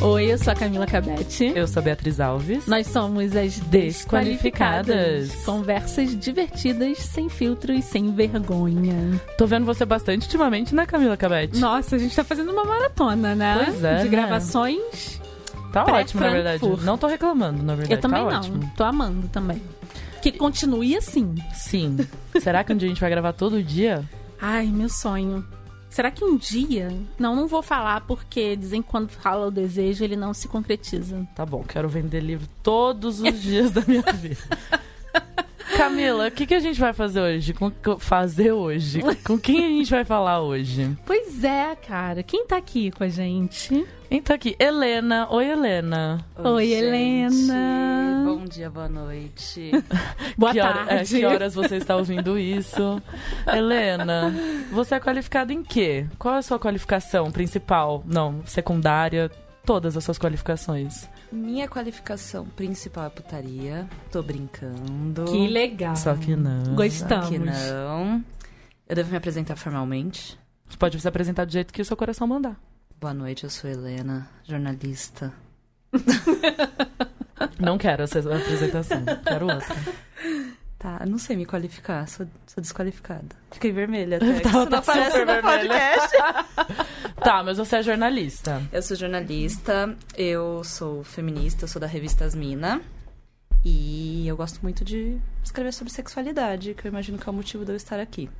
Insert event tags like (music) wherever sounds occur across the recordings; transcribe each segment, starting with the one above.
Oi, eu sou a Camila Cabete. Eu sou a Beatriz Alves. Nós somos as Desqualificadas. Conversas divertidas, sem filtro e sem vergonha. Tô vendo você bastante ultimamente, né, Camila Cabete? Nossa, a gente tá fazendo uma maratona, né? Pois é, De né? gravações. Tá Pré- ótimo, na verdade. Frankfurt. Não tô reclamando, na verdade. eu também tá não. ótimo. Tô amando também. Que continue assim. Sim. Será que um dia a gente vai gravar todo dia? Ai, meu sonho. Será que um dia. Não, não vou falar porque dizem que quando fala o desejo, ele não se concretiza. Tá bom, quero vender livro todos os dias da minha (laughs) vida. Camila, o que, que a gente vai fazer hoje? Com, com- fazer hoje? Com quem a gente vai falar hoje? Pois é, cara. Quem tá aqui com a gente? Então aqui, Helena. Oi, Helena. Oi, gente. Helena. Bom dia, (laughs) boa noite. Boa que, hora- é, tarde. que horas você está ouvindo (laughs) isso? Helena, você é qualificada em quê? Qual é a sua qualificação principal? Não, secundária? Todas as suas qualificações. Minha qualificação principal é putaria. Tô brincando. Que legal. Só que não. Gostei. Só que Estamos. não. Eu devo me apresentar formalmente. Você pode se apresentar do jeito que o seu coração mandar. Boa noite, eu sou Helena, jornalista. Não quero essa apresentação. Quero outra. Tá, não sei me qualificar, sou, sou desqualificada. Fiquei (laughs) vermelha até. Tava- tá Isso não aparece super no vermelha. podcast. Tá, mas você é jornalista. Eu sou jornalista, eu sou feminista, eu sou da revista Asmina. E eu gosto muito de escrever sobre sexualidade, que eu imagino que é o motivo de eu estar aqui.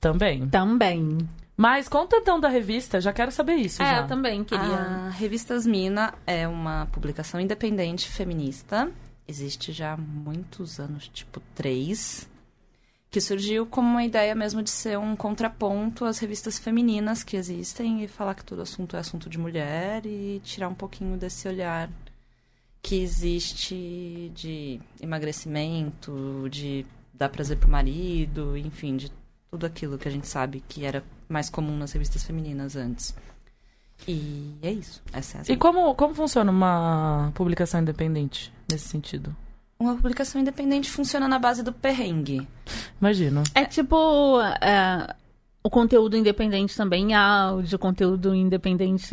Também. Também. Mas conta então da revista, já quero saber isso. É, já. eu também queria. A revista Asmina é uma publicação independente feminista. Existe já há muitos anos, tipo três. Que surgiu como uma ideia mesmo de ser um contraponto às revistas femininas que existem e falar que todo assunto é assunto de mulher e tirar um pouquinho desse olhar que existe de emagrecimento, de dar prazer pro marido, enfim, de tudo aquilo que a gente sabe que era mais comum nas revistas femininas antes. E é isso. Essa é a E como, como funciona uma publicação independente nesse sentido? Uma publicação independente funciona na base do perrengue. Imagino. É tipo é, o conteúdo independente também em áudio, conteúdo independente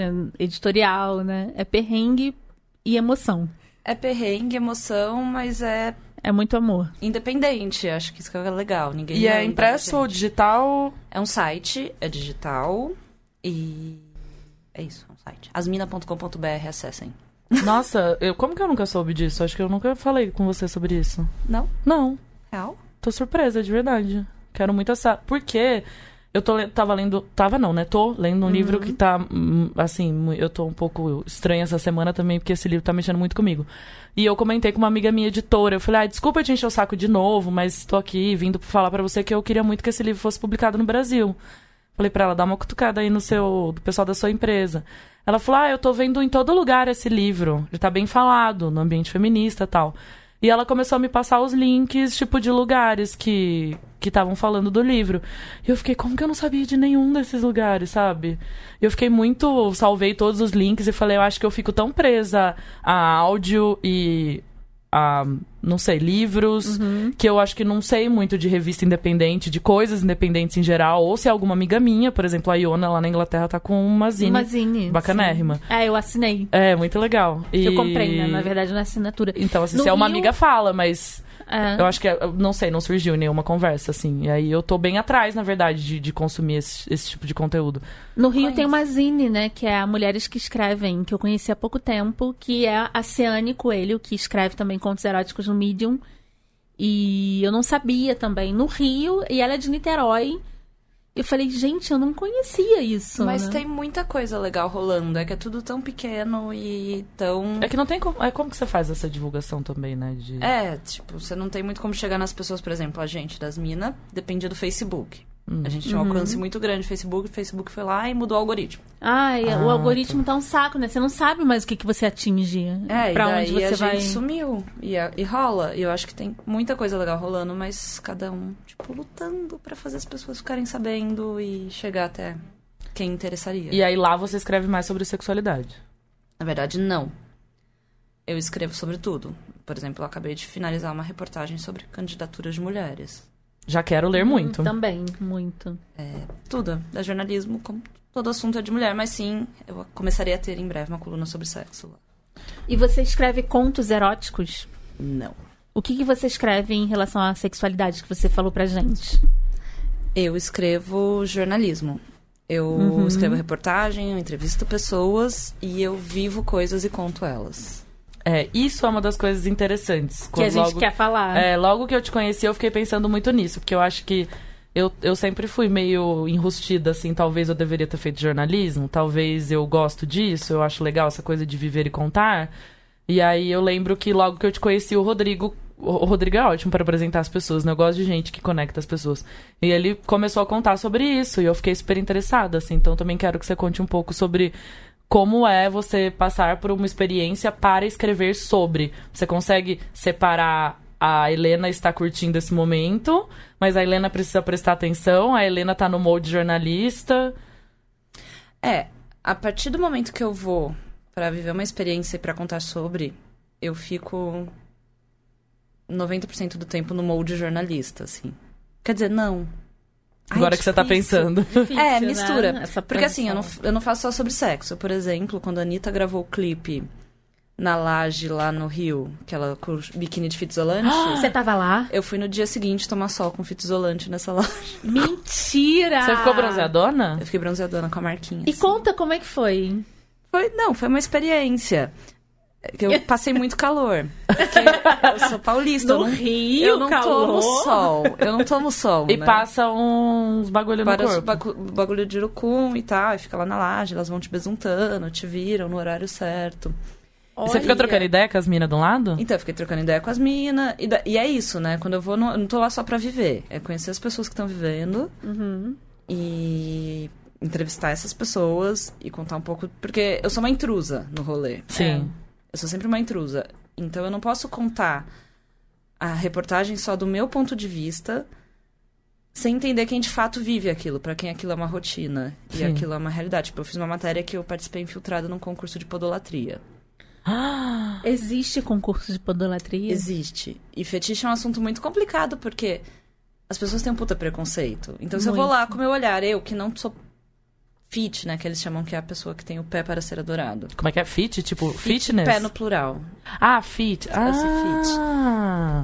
editorial, né? É perrengue e emoção. É perrengue, emoção, mas é É muito amor. independente. Acho que isso que é legal. Ninguém E é manda, impresso ou gente. digital? É um site, é digital e é isso, é um site. Asmina.com.br, acessem. Nossa, eu, como que eu nunca soube disso? Acho que eu nunca falei com você sobre isso. Não? Não, Real? tô surpresa, de verdade. Quero muito essa. Porque eu tô, le- tava lendo. Tava não, né? Tô lendo um livro que tá. hum, Assim, mu- eu tô um pouco estranha essa semana também, porque esse livro tá mexendo muito comigo. E eu comentei com uma amiga minha editora. Eu falei, ah, desculpa te encher o saco de novo, mas tô aqui vindo falar pra você que eu queria muito que esse livro fosse publicado no Brasil. Falei pra ela, dá uma cutucada aí no seu. do pessoal da sua empresa. Ela falou: Ah, eu tô vendo em todo lugar esse livro. Ele tá bem falado, no ambiente feminista e tal. E ela começou a me passar os links, tipo, de lugares que que estavam falando do livro. E eu fiquei, como que eu não sabia de nenhum desses lugares, sabe? E Eu fiquei muito. Salvei todos os links e falei, eu acho que eu fico tão presa a áudio e a, não sei, livros, Uhum. que eu acho que não sei muito de revista independente, de coisas independentes em geral, ou se é alguma amiga minha, por exemplo, a Iona lá na Inglaterra tá com uma zine Imagine. bacanérrima. É, eu assinei. É, muito legal. E- Eu comprei, né? Na verdade, na assinatura. Então, assim, No se é uma Rio- amiga, fala, mas É. eu acho que, eu não sei, não surgiu nenhuma conversa, assim. E aí eu tô bem atrás, na verdade, de, de consumir esse, esse tipo de conteúdo. No Rio Conheço. tem uma zine, né? Que é a Mulheres que Escrevem, que eu conheci há pouco tempo, que é a Ciane Coelho, que escreve também contos eróticos no Medium. E eu não sabia também. No Rio, e ela é de Niterói. Eu falei, gente, eu não conhecia isso. Mas né? tem muita coisa legal rolando. É que é tudo tão pequeno e tão. É que não tem como. É como que você faz essa divulgação também, né? De... É, tipo, você não tem muito como chegar nas pessoas, por exemplo, a gente das minas dependia do Facebook. A gente tinha um alcance muito grande no Facebook, o Facebook foi lá e mudou o algoritmo. Ai, o Ah, algoritmo tá um saco, né? Você não sabe mais o que, que você atinge. pra É, e daí onde você a vai. gente sumiu. E, a- e rola. E eu acho que tem muita coisa legal rolando, mas cada um, tipo, lutando pra fazer as pessoas ficarem sabendo e chegar até quem interessaria. E aí lá você escreve mais sobre sexualidade. Na verdade, não. Eu escrevo sobre tudo. Por exemplo, eu acabei de finalizar uma reportagem sobre candidaturas de mulheres. Uhum, Já quero ler muito. Também, Hum, muito. Tudo. É jornalismo como todo assunto é de mulher, mas sim, eu começarei a ter em breve uma coluna sobre sexo lá. E você escreve contos eróticos? Não. O que, que você escreve em relação à sexualidade que você falou pra gente? Eu escrevo jornalismo. Eu Uhum. escrevo reportagem, eu entrevisto pessoas e eu vivo coisas e conto elas. É, isso é uma das coisas interessantes. Que a Quando gente logo- quer falar. É, logo que eu te conheci, eu fiquei pensando muito nisso, porque eu acho que eu, eu sempre fui meio enrustida, assim, talvez eu deveria ter feito jornalismo, talvez eu gosto disso, eu acho legal essa coisa de viver e contar. E aí eu lembro que logo que eu te conheci, o Rodrigo. O o Rodrigo é ótimo para apresentar as pessoas, né? Eu gosto de gente que conecta as pessoas. E ele começou a contar sobre isso, e eu fiquei super interessada, assim. Então também quero que você conte um pouco sobre como é você passar por uma experiência para escrever sobre. Você consegue separar a Helena está curtindo esse momento, mas a Helena precisa prestar atenção, a Helena tá no molde jornalista. É, a partir do momento que eu vou pra viver uma experiência e pra contar sobre, eu fico 90% do tempo no molde jornalista, assim. Quer dizer, não. Ai, agora que você tá difícil. (laughs) pensando. Difícil, É, né? mistura. Essa Porque assim, eu não, produção. eu não faço só sobre sexo. Por exemplo, quando a Anitta gravou o clipe na laje lá no Rio, que ela com o biquíni de fita isolante, (gasps) Você tava lá? eu fui no dia seguinte tomar sol com fita isolante nessa laje. Mentira! Você ficou bronzeadona? Eu fiquei bronzeadona com a marquinha. E assim. conta como é que foi. Foi, não, foi uma experiência. É que (laughs) Eu passei muito calor. Porque eu sou paulista. eu não- Rio, eu não tomo sol. Eu não tomo sol. (laughs) E né? passa uns bagulho Para no os corpo. bagu- bagulho de urucum e tal, e fica lá na laje, elas vão te besuntando, te viram no horário certo. E Você fica trocando ideia com as minas de um lado? Então eu fiquei trocando ideia com as minas, e, da- e é isso, né? Quando eu vou, no- eu não tô lá só pra viver, é conhecer as pessoas que estão vivendo e entrevistar essas pessoas e contar um pouco, porque eu sou uma intrusa no rolê. Sim. Eu sou sempre uma intrusa. Então eu não posso contar a reportagem só do meu ponto de vista, sem entender quem de fato vive aquilo, pra quem aquilo é uma rotina Sim. e aquilo é uma realidade. Tipo, eu fiz uma matéria que eu participei infiltrada num concurso de podolatria. Ah, Existe concurso de podolatria? Existe. E fetiche é um assunto muito complicado porque as pessoas têm um puta preconceito. Então se eu vou Muito. lá com o meu olhar, eu que não sou fit, né, que eles chamam que é a pessoa que tem o pé para ser adorado. Como é que é? Fit? Tipo, fitness? Pé no plural. Ah, fit. Ah, Esse fit.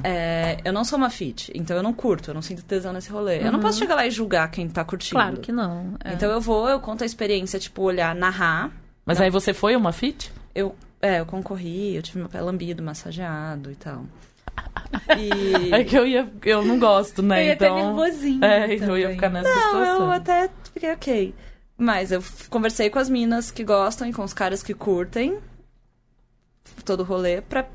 É, eu não sou uma fit, então eu não curto, eu não sinto tesão nesse rolê. Eu não posso chegar lá e julgar quem tá curtindo. Uhum. Claro que não. É. Então eu vou, eu conto a experiência, tipo, olhar, narrar. Mas aí você foi uma fit? Eu, é, eu concorri, eu tive meu pé lambido, massageado (laughs) e tal. E. É que eu ia. Eu não gosto, né? eu ia então. ter nervosinho. (laughs) É, então eu ia ficar nessa Não, situação. eu até fiquei ok. Mas eu f- conversei com as minas que gostam e com os caras que curtem todo o rolê pra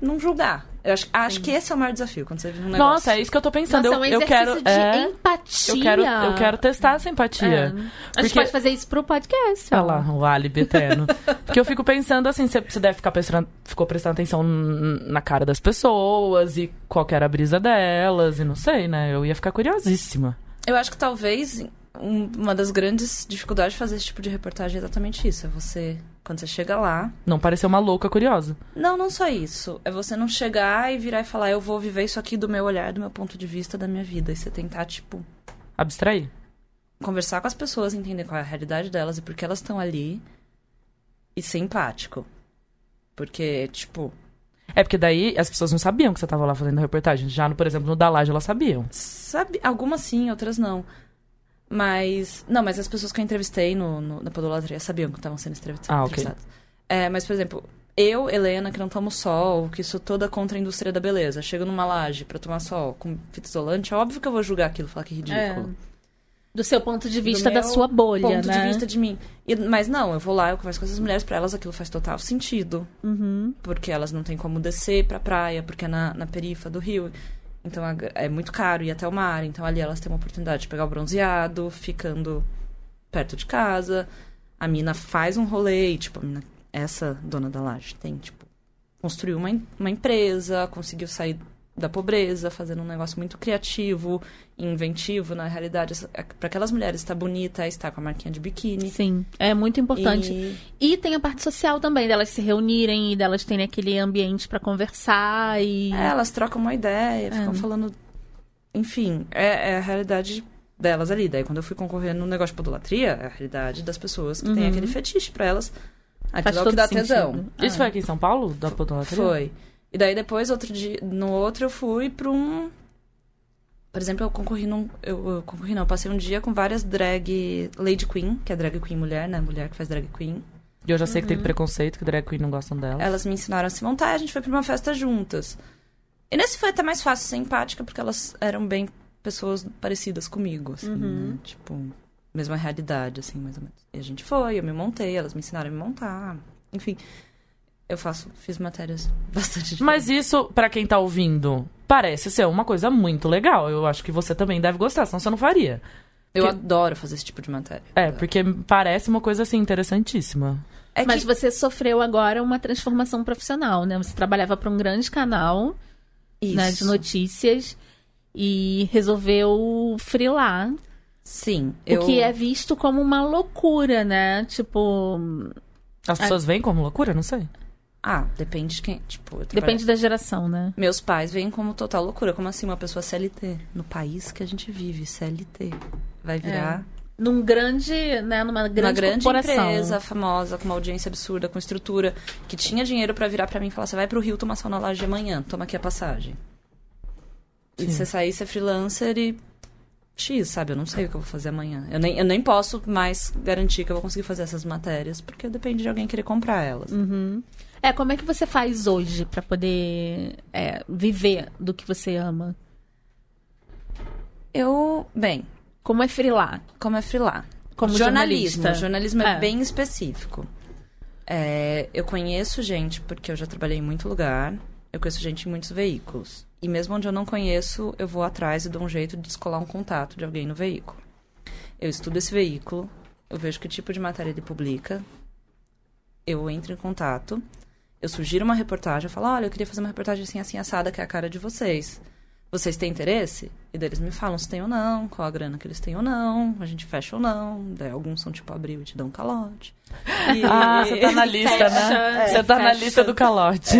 não julgar. Eu acho, acho que esse é o maior desafio quando você vive um negócio. Nossa, é isso que eu tô pensando. Nossa, eu, é um eu exercício quero. de é, empatia. eu quero, eu quero testar essa É. então. empatia. A gente Porque- pode fazer isso pro podcast. ó. Olha lá, o álibi eterno. Porque eu fico pensando assim, você- você deve ficar prestando, ficou prestando atenção n- na cara das pessoas e qual que era a brisa delas, e não sei, né? Eu ia ficar curiosíssima. Eu acho que talvez um- uma das grandes dificuldades de fazer esse tipo de reportagem é exatamente isso. É você, quando você chega lá. Não pareceu uma louca curiosa. Não, não só isso. É você não chegar e virar e falar, eu vou viver isso aqui do meu olhar, do meu ponto de vista, da minha vida. E você tentar, tipo, Abstrair. conversar com as pessoas, entender qual é a realidade delas e por que elas estão ali. E ser empático. Porque, tipo, É porque daí as pessoas não sabiam que você tava lá fazendo a reportagem. Já, no, por exemplo, no Dalage elas sabiam. Sabe, algumas sim, outras não. Mas. Não, mas as pessoas que eu entrevistei no, no- na Podolatria sabiam que estavam sendo entrevi- Ah, ok. entrevistadas. É, mas, por exemplo, eu, Helena, que não tomo sol, que sou toda contra a indústria da beleza, chego numa laje pra tomar sol com fita isolante, é óbvio que eu vou julgar aquilo, falar que ridículo. É. Do seu ponto de vista, Do da meu sua bolha, Ponto né? de vista de mim. E- mas não, eu vou lá, eu converso com essas mulheres, pra elas aquilo faz total sentido. Uhum. Porque elas não têm como descer pra praia, porque é na, na perifa do rio. Então a gra- é muito caro ir até o mar. Então ali elas têm uma oportunidade de pegar o bronzeado, ficando perto de casa. A mina faz um rolê, e, tipo, a mina, essa dona da laje tem, tipo, construiu uma, em- uma empresa, conseguiu sair da pobreza, fazendo um negócio muito criativo, inventivo, na realidade, para aquelas mulheres está bonita, é estar com a marquinha de biquíni. Sim, é muito importante. E- E tem a parte social também, delas se reunirem e delas terem aquele ambiente pra conversar e. É, elas trocam uma ideia, ficam falando. Enfim, é, é a realidade delas ali. Daí, quando eu fui concorrer no negócio de podolatria, é a realidade das pessoas que têm Uhum. aquele fetiche pra elas. Faz Aquilo é o todo que dá sentido. tesão. Isso Ah, foi aqui em São Paulo? Da podolatria? Foi. E daí depois, outro dia, no outro, eu fui pra um. Por exemplo, eu concorri num. Eu, eu concorri, não, eu passei um dia com várias drag. Lady Queen, que é drag queen mulher, né? Mulher que faz drag queen. E eu já sei que Uhum. tem preconceito, que drag queen não gostam dela. Elas me ensinaram a se montar e a gente foi pra uma festa juntas. E nesse foi até mais fácil ser empática, porque elas eram bem pessoas parecidas comigo, assim, Uhum. né? Tipo, mesma realidade, assim, mais ou menos. E a gente foi, eu me montei, elas me ensinaram a me montar. Enfim, eu faço, fiz matérias (laughs) bastante Mas isso, pra quem tá ouvindo, parece ser uma coisa muito legal. Eu acho que você também deve gostar, senão você não faria. Eu Porque- adoro fazer esse tipo de matéria. É, porque parece uma coisa assim interessantíssima. É que Mas você sofreu agora uma transformação profissional, né? Você trabalhava para um grande canal né, de isso. notícias e resolveu frilar. Sim, eu O que é visto como uma loucura, né? Tipo, As pessoas veem como loucura? Não sei. Ah, depende de quem, tipo, eu trabalho- depende da geração, né? Meus pais veem como total loucura, como assim uma pessoa CLT no país que a gente vive, CLT É. vai virar Num grande, né? Numa grande, uma grande corporação. empresa famosa, com uma audiência absurda, com estrutura, que tinha dinheiro pra virar pra mim e falar: você vai pro Rio tomar sol na laje amanhã, toma aqui a passagem. E Sim. você sair, ser freelancer e. X, sabe? Eu não sei o que eu vou fazer amanhã. Eu nem, eu nem posso mais garantir que eu vou conseguir fazer essas matérias, porque depende de alguém querer comprar elas. Uhum. É, como é que você faz hoje pra poder é, viver do que você ama? Eu. Bem, Como é frilar? como é freelar? Como jornalismo. jornalista? Jornalismo é, É. bem específico. É, eu conheço gente, porque eu já trabalhei em muito lugar, eu conheço gente em muitos veículos. E mesmo onde eu não conheço, eu vou atrás e dou um jeito de descolar um contato de alguém no veículo. Eu estudo esse veículo, eu vejo que tipo de matéria ele publica, eu entro em contato, eu sugiro uma reportagem, eu falo, olha, eu queria fazer uma reportagem assim, assim, assada, que é a cara de vocês. Vocês têm interesse? E daí eles me falam se tem ou não, qual a grana que eles têm ou não, a gente fecha ou não. Daí alguns são tipo abril e te dão um calote. E- (laughs) Ah, você tá na lista, né? Fecha, você tá na É. fecha. É, lista do calote.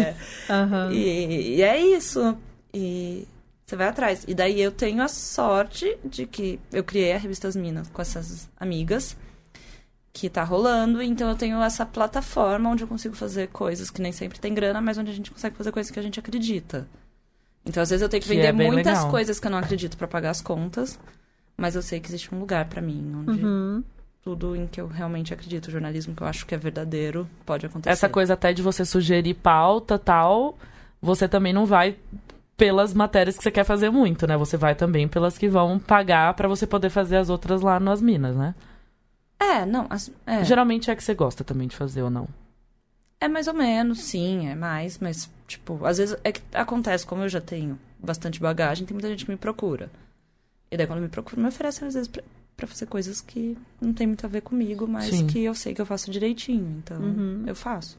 Aham. E, e é isso. E você vai atrás. E daí eu tenho a sorte de que eu criei a revista As Minas com essas amigas que tá rolando, então eu tenho essa plataforma onde eu consigo fazer coisas que nem sempre tem grana, mas onde a gente consegue fazer coisas que a gente acredita. Então às vezes eu tenho que Que é vender bem muitas legal. coisas que eu não acredito pra pagar as contas, mas eu sei que existe um lugar pra mim onde Uhum. tudo em que eu realmente acredito, o jornalismo que eu acho que é verdadeiro, pode acontecer. Essa coisa até de você sugerir pauta tal, você também não vai pelas matérias que você quer fazer muito, né? Você vai também pelas que vão pagar pra você poder fazer as outras lá nas minas, né? É, não, as- é. Geralmente é a que você gosta também de fazer ou (laughs) não. É mais ou menos, sim, é mais, mas, tipo, às vezes é que acontece, como eu já tenho bastante bagagem, tem muita gente que me procura. E daí quando me procura, me oferecem, às vezes, pra, pra fazer coisas que não tem muito a ver comigo, mas Sim. que eu sei que eu faço direitinho, então Uhum. eu faço.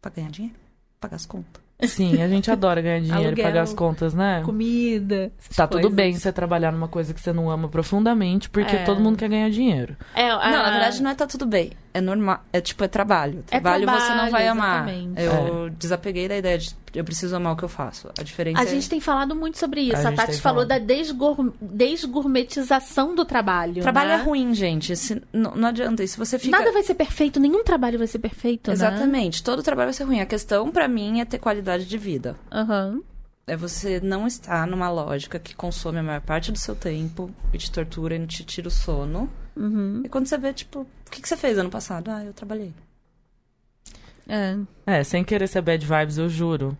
Pra ganhar dinheiro, pagar as contas. Sim, a gente adora ganhar dinheiro e Aluguel. pagar as contas, né? Comida. essas Tá tudo coisas. bem você trabalhar numa coisa que você não ama profundamente, porque É. todo mundo quer ganhar dinheiro. É, a- Não, na verdade não é tá tudo bem. É normal. É tipo, é trabalho. Trabalho, você não trabalho, vai amar. exatamente. Eu desapeguei da ideia de eu preciso amar o que eu faço. A diferença A é. gente tem falado muito sobre A isso. A, gente Tati tem falou falado. da desgour- desgourmetização do trabalho. Trabalho né? é ruim, gente. Se- não, não adianta. E se você fica. Nada vai ser perfeito, nenhum trabalho vai ser perfeito, né? Exatamente. Todo trabalho vai ser ruim. A questão, pra mim, é ter qualidade de vida. Aham. É você não estar numa lógica que consome a maior parte do seu tempo e te tortura e te tira o sono. Uhum. E quando você vê, tipo, o que, que você fez ano passado? Ah, eu trabalhei. É. É, sem querer ser bad vibes, (laughs) eu juro.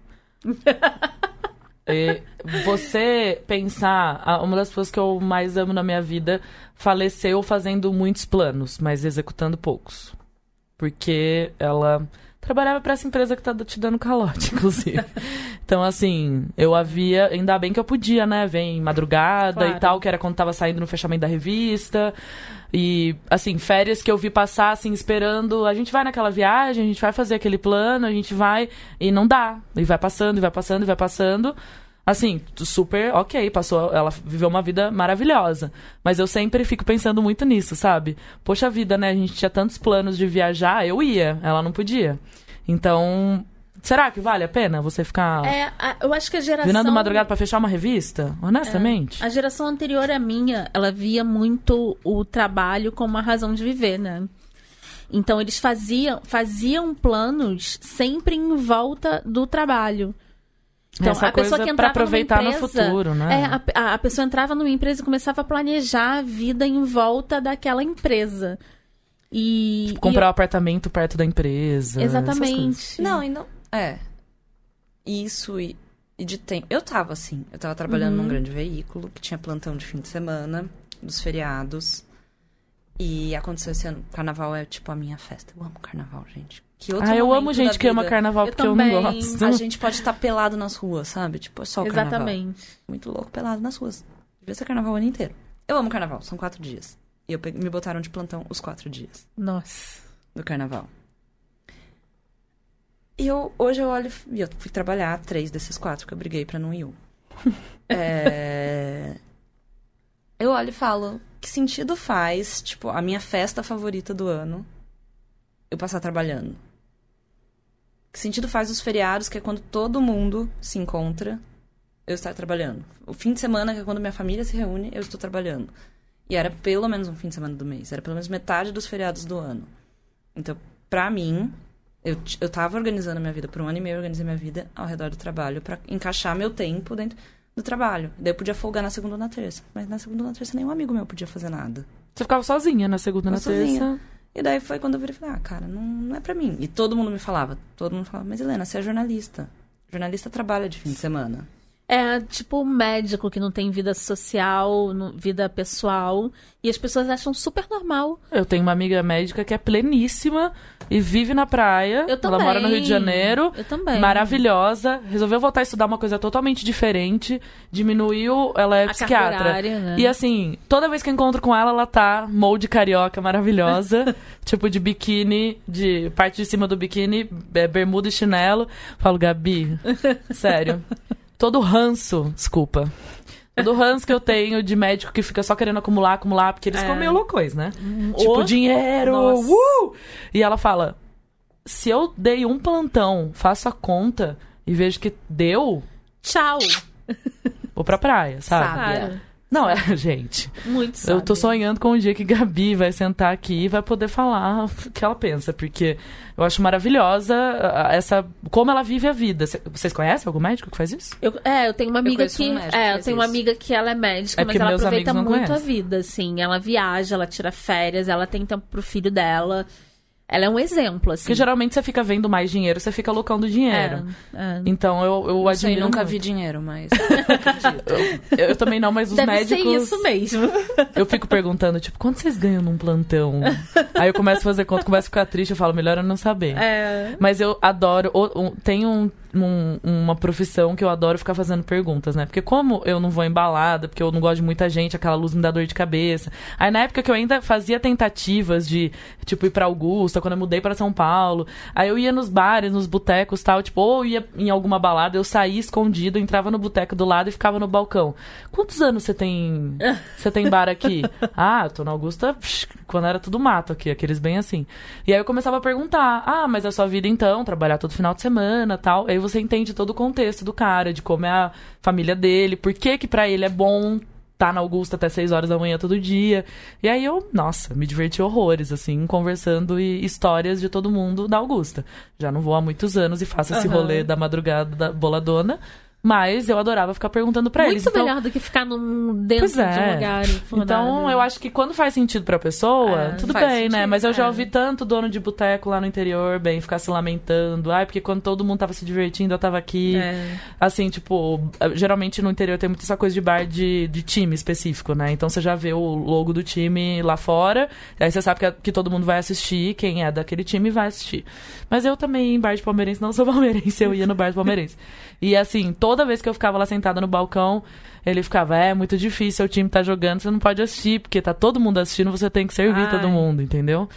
E você pensar, a- uma das pessoas que eu mais amo na minha vida faleceu fazendo muitos planos, mas executando poucos. Porque ela trabalhava pra essa empresa que tá te dando calote, (laughs) inclusive. então, assim, eu havia. Ainda bem que eu podia, né? Vem madrugada Claro. e tal, que era quando tava saindo no fechamento da revista. E, assim, férias que eu vi passar, assim, esperando. A gente vai naquela viagem, a gente vai fazer aquele plano, a gente vai. E não dá. E vai passando, e vai passando, e vai passando. Assim, tu- super ok, passou. Ela viveu uma vida maravilhosa. Mas eu sempre fico pensando muito nisso, sabe? Poxa vida, né? A gente tinha tantos planos de viajar, eu ia, ela não podia. Então, Será que vale a pena você ficar É, a- eu acho que a geração. virando madrugada pra fechar uma revista? Honestamente? A geração anterior à minha, ela via muito o trabalho como a razão de viver, né? Então eles faziam, faziam planos sempre em volta do trabalho. Então, Essa a pessoa coisa que pra entrava aproveitar numa no empresa, futuro, né? É, a, a- a pessoa entrava numa empresa e começava a planejar a vida em volta daquela empresa. E Tipo, comprar um apartamento perto da empresa. e- essas coisas. exatamente. Não, e não. É. Isso e, e de tempo. Eu tava assim. Eu tava trabalhando Uhum. num grande veículo que tinha plantão de fim de semana, dos feriados. E aconteceu esse ano. Carnaval é tipo a minha festa. Eu amo carnaval, gente. Que outro Ah, eu amo momento gente da que ama vida. carnaval Eu porque eu não também. gosto. A gente pode estar pelado nas ruas, sabe? Tipo, é só o carnaval. Exatamente. Muito louco, pelado nas ruas. Devia ser carnaval o ano inteiro. Eu amo carnaval, são quatro dias. E eu peguei- me botaram de plantão os quatro dias Nossa. do carnaval. E eu, hoje eu olho e eu fui trabalhar três desses quatro que eu briguei pra não ir um. (laughs) É, Eu olho e falo, que sentido faz, tipo, a minha festa favorita do ano, eu passar trabalhando? Que sentido faz os feriados, que é quando todo mundo se encontra, eu estar trabalhando? O fim de semana, que é quando minha família se reúne, eu estou trabalhando. E era pelo menos um fim de semana do mês, era pelo menos metade dos feriados do ano. Então, pra mim, eu, t- eu tava organizando a minha vida por um ano e meio, eu organizei minha vida ao redor do trabalho pra encaixar meu tempo dentro do trabalho. Daí eu podia folgar na segunda ou na terça. Mas na segunda ou na terça nenhum amigo meu podia fazer nada. Você ficava sozinha na segunda, na Eu sozinha. terça. E daí foi quando eu virei e falei, ah, cara, não, não é pra mim. E todo mundo me falava, todo mundo falava, mas Helena, você é jornalista. Jornalista trabalha de fim de semana. É tipo um médico que não tem vida social, não- vida pessoal. E as pessoas acham super normal. Eu tenho uma amiga médica que é pleníssima e vive na praia. Eu também. Ela mora no Rio de Janeiro. Eu também. Maravilhosa. Resolveu voltar a estudar uma coisa totalmente diferente. Diminuiu. Ela é A psiquiatra. carga horária, né? E assim, toda vez que eu encontro com ela, ela tá molde (laughs) carioca, maravilhosa. tipo, de biquíni, de parte de cima do biquíni, é, bermuda e chinelo. Falo, Gabi, sério. Todo ranço, desculpa. Todo ranço que eu tenho de médico que fica só querendo acumular, acumular, porque eles É. ficam meio loucões, né? o- Tipo, dinheiro, Nossa. uh! E ela fala: se eu dei um plantão, faço a conta e vejo que deu, Tchau. vou pra praia, sabe? Sabe. Claro. Não, é, (laughs) gente. Muito Eu tô sabe. sonhando com o dia que Gabi vai sentar aqui e vai poder falar (laughs) o que ela pensa, porque eu acho maravilhosa a- essa como ela vive a vida. Cê- Vocês conhecem algum médico que faz isso? Eu- é, eu tenho uma amiga conheço que. um médico que é, eu faz tenho uma isso. amiga que ela é médica, É mas porque ela meus aproveita amigos não muito a conhecem. vida, assim. Ela viaja, ela tira férias, ela tem tempo pro filho dela. Ela é um exemplo, assim. Porque geralmente você fica vendo mais dinheiro, você fica loucando dinheiro. É, é. Então eu, eu Não sei, admiro nunca muito. vi dinheiro, mas eu acredito. Eu, eu também não, mas (laughs) os Deve médicos. ser isso mesmo. (laughs) Eu fico perguntando, tipo, quanto vocês ganham (laughs) num plantão? Aí eu começo a fazer conta, começo a ficar triste, eu falo, melhor eu não saber. É. Mas eu adoro. o- um- Tem um- um- uma profissão que eu adoro ficar fazendo perguntas, né? Porque como eu não vou embalada, porque eu não gosto de muita gente, aquela luz me dá dor de cabeça. Aí na época que eu ainda fazia tentativas de, tipo, ir pra Augusta, quando eu mudei pra São Paulo. Aí eu ia nos bares, nos botecos tal, tipo, ou ia em alguma balada, eu saía escondido, entrava no boteco do lado e ficava no balcão. Quantos anos você tem. Você tem bar aqui? (laughs) ah, eu tô na Augusta psh, quando era tudo mato aqui, aqueles bem assim. E aí eu começava a perguntar: ah, mas a sua vida então, trabalhar todo final de semana tal. Aí você entende todo o contexto do cara, de como é a família dele, por que que pra ele é bom tá na Augusta até 6 horas da manhã todo dia. E aí eu, nossa, me diverti horrores, assim, conversando e histórias de todo mundo da Augusta. Já não vou há muitos anos e faço esse Aham. rolê da madrugada da boladona. Mas eu adorava ficar perguntando pra eles. Muito Então, melhor do que ficar num, dentro Pois é. de um lugar. então, eu acho que quando faz sentido pra pessoa, É, tudo faz bem, né? sentido, Mas eu já é. ouvi tanto dono de boteco lá no interior, bem, ficar se lamentando. Ai, porque quando todo mundo tava se divertindo, eu tava aqui. É. Assim, tipo, geralmente no interior tem muito essa coisa de bar de, de time específico, né? Então você já vê o logo do time lá fora, aí você sabe que, que todo mundo vai assistir, quem é daquele time vai assistir. Mas eu também, em bar de palmeirense, não sou (laughs) palmeirense, eu ia no bar de palmeirense. E assim, toda vez que eu ficava lá sentada no balcão, ele ficava, é muito difícil, o time tá jogando, você não pode assistir, porque tá todo mundo assistindo, você tem que servir todo Ai. mundo, entendeu?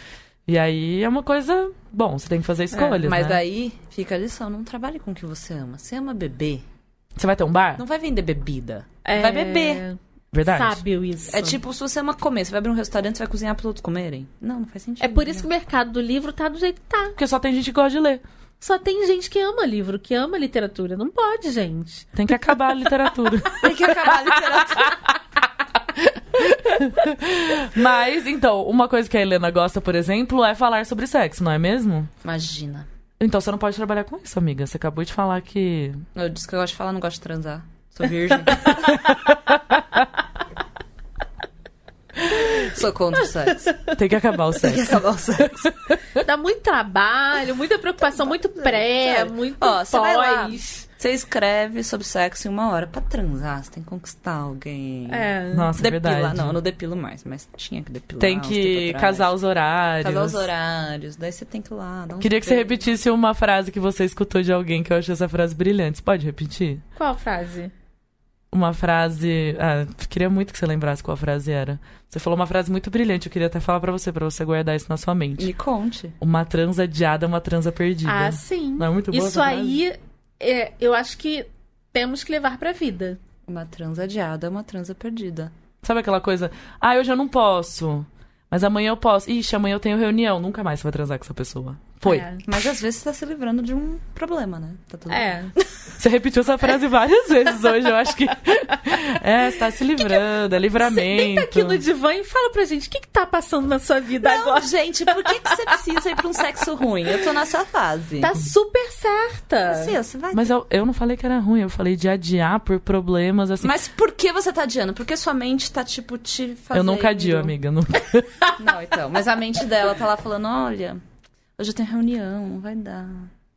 E aí é uma coisa. Bom, você tem que fazer escolhas. É, mas né? daí fica a lição, não trabalhe com o que você ama. Você ama beber, Você vai ter um bar? não vai vender bebida. É, Vai beber. Verdade. Sábio isso. É tipo, se você ama comer, você vai abrir um restaurante, você vai É cozinhar para outros comerem. Não, não faz sentido. É por isso que o mercado do livro tá do jeito que tá. Porque só tem gente que gosta de ler. Só tem gente que ama livro, que ama literatura. Não pode, gente. Tem que acabar a literatura. Tem que acabar a literatura. (laughs) Mas, então, uma coisa que a Helena gosta, por exemplo, é falar sobre sexo, não é mesmo? (laughs) Imagina. Então você não pode trabalhar com isso, amiga. Você acabou de falar que. Eu disse que eu gosto de falar, não gosto de transar. Sou (laughs) virgem. Sou contra o sexo. Tem que acabar o Tem que (laughs) sexo. acabar o sexo. Dá muito trabalho, muita preocupação, muito pré, Sério. muito Ó, você vai lá. pós. Você escreve sobre sexo em uma hora pra transar. Você tem que conquistar alguém. É. Nossa, é Depilar. verdade. Não, eu não depilo mais, mas tinha que depilar. Tem uns que tempo atrás. casar os horários. Casar os horários. Daí você tem que ir lá. um Dar uns Queria que você beijos. repetisse uma frase que você escutou de alguém que eu achei essa frase brilhante. Você pode repetir? Qual frase? Uma frase. Ah, queria muito que você lembrasse qual a frase era. Você falou uma frase muito brilhante. Eu queria até falar pra você, pra você guardar isso na sua mente. Me conte. Uma transa adiada é uma transa perdida. Ah, sim. Não é muito boa Isso essa frase? aí, é, eu acho que temos que levar pra vida. Uma transa adiada é uma transa perdida. Sabe aquela coisa? Ah, hoje eu não posso. Mas amanhã eu posso. Ixi, amanhã eu tenho reunião. Nunca mais você vai transar com essa pessoa. Foi. É. Mas às vezes você tá se livrando de um problema, né? Tá tudo bem. É. Você repetiu essa frase (laughs) várias vezes hoje. Eu acho que. (laughs) É, você tá se livrando, Deita é livramento. aqui no divã e fala pra gente o que, que tá passando na sua vida Não, agora. gente, por que, que você precisa ir pra um sexo ruim? Eu tô nessa (laughs) fase. Tá super certa. Assim, ó, você vai. Mas Mas, eu, eu não falei que era ruim, eu falei de adiar por problemas, assim. por que você tá adiando? Porque sua mente tá, tipo, te fazendo. eu nunca adio, amiga. (laughs) Nunca. Não, então. Mas a mente dela tá lá falando: olha, hoje eu tenho reunião, não vai dar.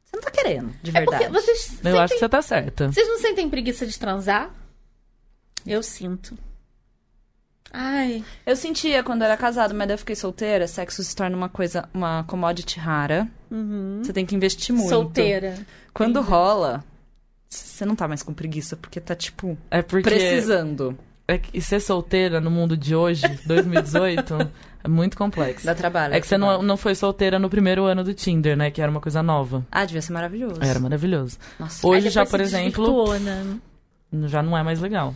Você não tá querendo, de É verdade. porque vocês, Eu acho sentem- que você tá certa. vocês não sentem preguiça de transar? Eu sinto. Ai. Eu sentia quando era casado, mas daí eu fiquei solteira. Sexo se torna uma coisa, uma commodity rara. Uhum. Você tem que investir muito. Solteira. Quando rola, c- você não tá mais com preguiça, porque tá, tipo, É porque. precisando. É que ser solteira no mundo de hoje, 2018, é muito complexo. Dá trabalho. É que você não, não foi solteira no primeiro ano do Tinder, né? Que era uma coisa nova. Ah, devia ser maravilhoso. Era maravilhoso. Nossa. Hoje Aí já, depois por se exemplo, desvirtuou, né? já não é mais legal.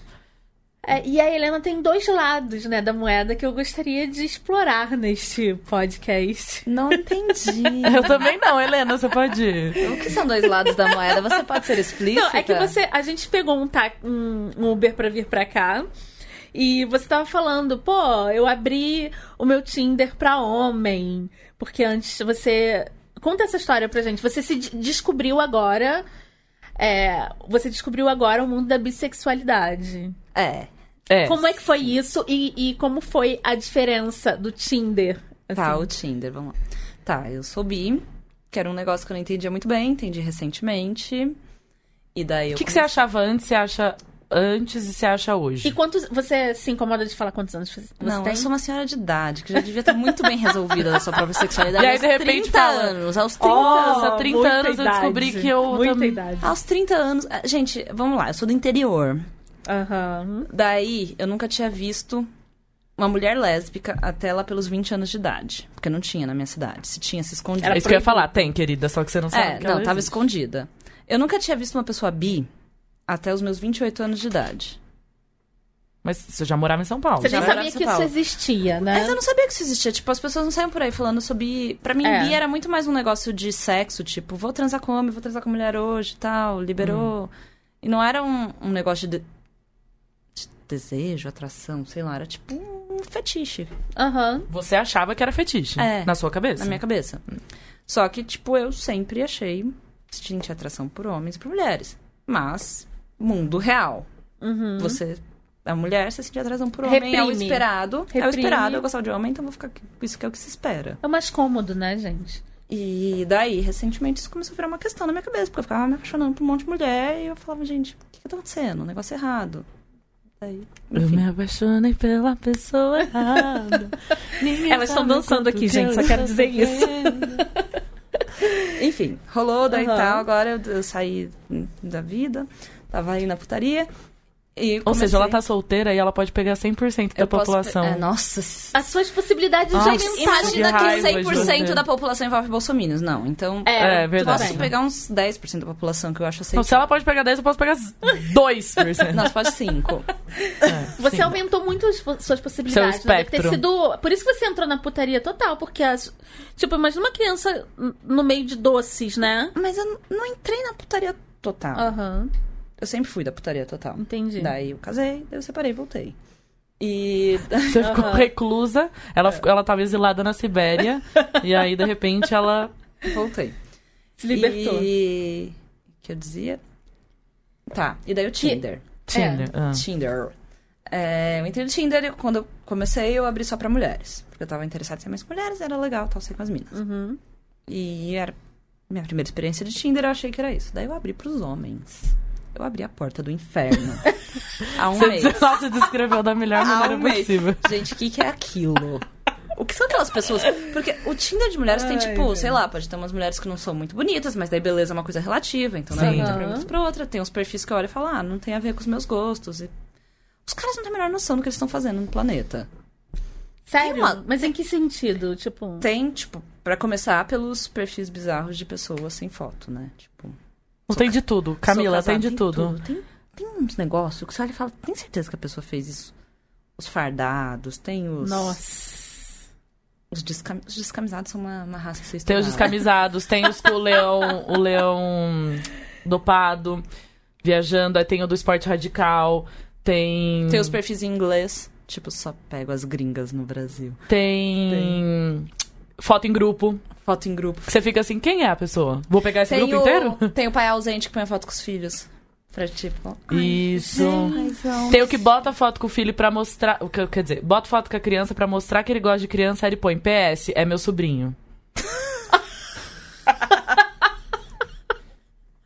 É, e a Helena tem dois lados, né, da moeda que eu gostaria de explorar neste podcast. Não entendi. Eu também não, Helena, você pode ir. (laughs) o que são dois lados da moeda? Você pode ser explícita? Não, é que você, a gente pegou um, tá, um, um Uber pra vir pra cá. E você tava falando, pô, eu abri o meu Tinder pra homem. Porque antes você. Conta essa história pra gente. Você se de- descobriu agora. é, você descobriu agora o mundo da bissexualidade. É. É. Como é que foi isso e, e como foi a diferença do Tinder? Tá, assim? o Tinder, vamos lá. Tá, eu soubi, que era um negócio que eu não entendia muito bem, entendi recentemente. E daí eu. O que, que você comecei- achava antes, você acha antes e você acha hoje? E quantos. Você se incomoda de falar quantos anos você Não, tem? eu sou uma senhora de idade, que já devia estar muito bem resolvida da sua própria (laughs) sexualidade. E aí, aos de repente, 30 fala, anos, aos 30 anos. Nossa, 30 muita anos eu descobri que eu Muita também- idade. Aos 30 anos. ah, Gente, vamos lá, eu sou do interior. Aham. Daí, eu nunca tinha visto uma mulher lésbica até lá pelos 20 anos de idade. Porque não tinha na minha cidade. Se tinha, se escondia. É isso que eu ia falar, tem, querida, só que você não sabe. É, que não, ela tava existe. escondida. Eu nunca tinha visto uma pessoa bi até os meus 28 anos de idade. Mas você já morava em São Paulo. Você já nem era sabia São que isso Paulo. existia, Mas né? É. eu não sabia que isso existia. Tipo, as pessoas não saiam por aí falando sobre. Pra mim, É. bi era muito mais um negócio de sexo, tipo, vou transar com homem, vou transar com mulher hoje e tal, Hum. liberou. E não era um, um negócio de, de desejo, atração, sei lá, era tipo um fetiche Aham. Você achava que era fetiche É. na sua cabeça. na minha cabeça. Só que, tipo, eu sempre achei gente atração por homens e por mulheres. Mas, mundo real. Uhum. Você é mulher, você sente atração por homem. É o Reprime. esperado. É o Reprime. esperado, eu gostava de homem, então vou ficar aqui. Isso que é o que se espera. É mais cômodo, né, gente? E daí, recentemente, isso começou a virar uma questão na minha cabeça, porque eu ficava me apaixonando por um monte de mulher e eu falava, gente, o que, que tá acontecendo? Um negócio errado. Daí, Eu enfim. me apaixonei pela pessoa errada. Ninguém Elas estão sabe o dançando quanto aqui, gente, só eu quero tô dizer isso. sofrendo. Enfim, rolou, daí Aham. tal, agora eu, eu saí da vida, tava aí na putaria. E (laughs) Ou seja, ela comecei- tá solteira e ela pode pegar 100% da Eu posso- população. É, nossa, As suas possibilidades Nossa, já limitadas. de Imagina que raiva de 100% você. da população envolve bolsominions, não. Então, É, tudo verdade. bem. posso pegar uns 10% da população que eu acho Então, aceitável. se ela pode pegar 10, eu posso pegar 2%. (laughs) Nossa, pode 5. É, Você sim. aumentou muito as po- suas possibilidades. Seu né? Deve ter espectro. sido. Por isso que você entrou na putaria total, porque as... tipo, imagina uma criança n- no meio de doces, né? Mas eu n- não entrei na putaria total. Aham, Ah. Eu sempre fui da putaria total. entendi. Daí eu casei, daí eu separei, voltei. (laughs) E Você ficou Aham. reclusa, ela, ficou- ela tava exilada na Sibéria, e aí, de repente, ela... voltei. Se libertou. É, E... O que eu dizia? Tá, e daí o Tinder. Tinder. ah. Tinder. É, eu entrei no Tinder e quando eu comecei eu abri só pra mulheres. Porque eu tava interessada em ser mais mulheres, era legal, tal, ser com as minas. Uhum. E era minha primeira experiência de Tinder, eu achei que era isso. Daí eu abri pros homens. Eu abri a porta do inferno. Há um mês. Você nossa, descreveu da melhor Há maneira um mês. possível. Gente, o que, que é aquilo? O que são aquelas pessoas? Porque o Tinder de mulheres Ai, tem, tipo, sei lá, pode ter umas mulheres que não são muito bonitas, mas daí beleza é uma coisa relativa, então não é Sim. muita pra Aham. muito pra outra. Tem uns perfis que eu olho e falo, ah, não tem a ver com os meus gostos. E... Os caras não têm a menor noção do que eles estão fazendo no planeta. Sério? Tem uma- Mas em que sentido? Tipo. Tem, tipo, pra começar pelos perfis bizarros de pessoas sem foto, né? Tipo, Não tem de tudo. Camila, sou casada, tem de tudo. Tem, tem uns negócios que você olha e fala, tem certeza que a pessoa fez isso? Os fardados, tem os. Nossa. Os, descam- os descamisados são uma, uma raça que vocês Tem os descamisados, tem os com o leão, o leão dopado, viajando, aí tem o do esporte radical, tem. Tem os perfis em inglês. Tipo, só pego as gringas no Brasil. Tem. Foto em grupo. Foto em grupo. que Você fica assim, quem é a pessoa? Vou pegar esse grupo inteiro? tem o pai ausente que põe a foto com os filhos. Pra tipo. Isso. Tem o que bota foto com o filho pra mostrar. o que- Quer dizer, bota foto com a criança pra mostrar que ele gosta de criança, aí ele põe PS, é (laughs) meu sobrinho.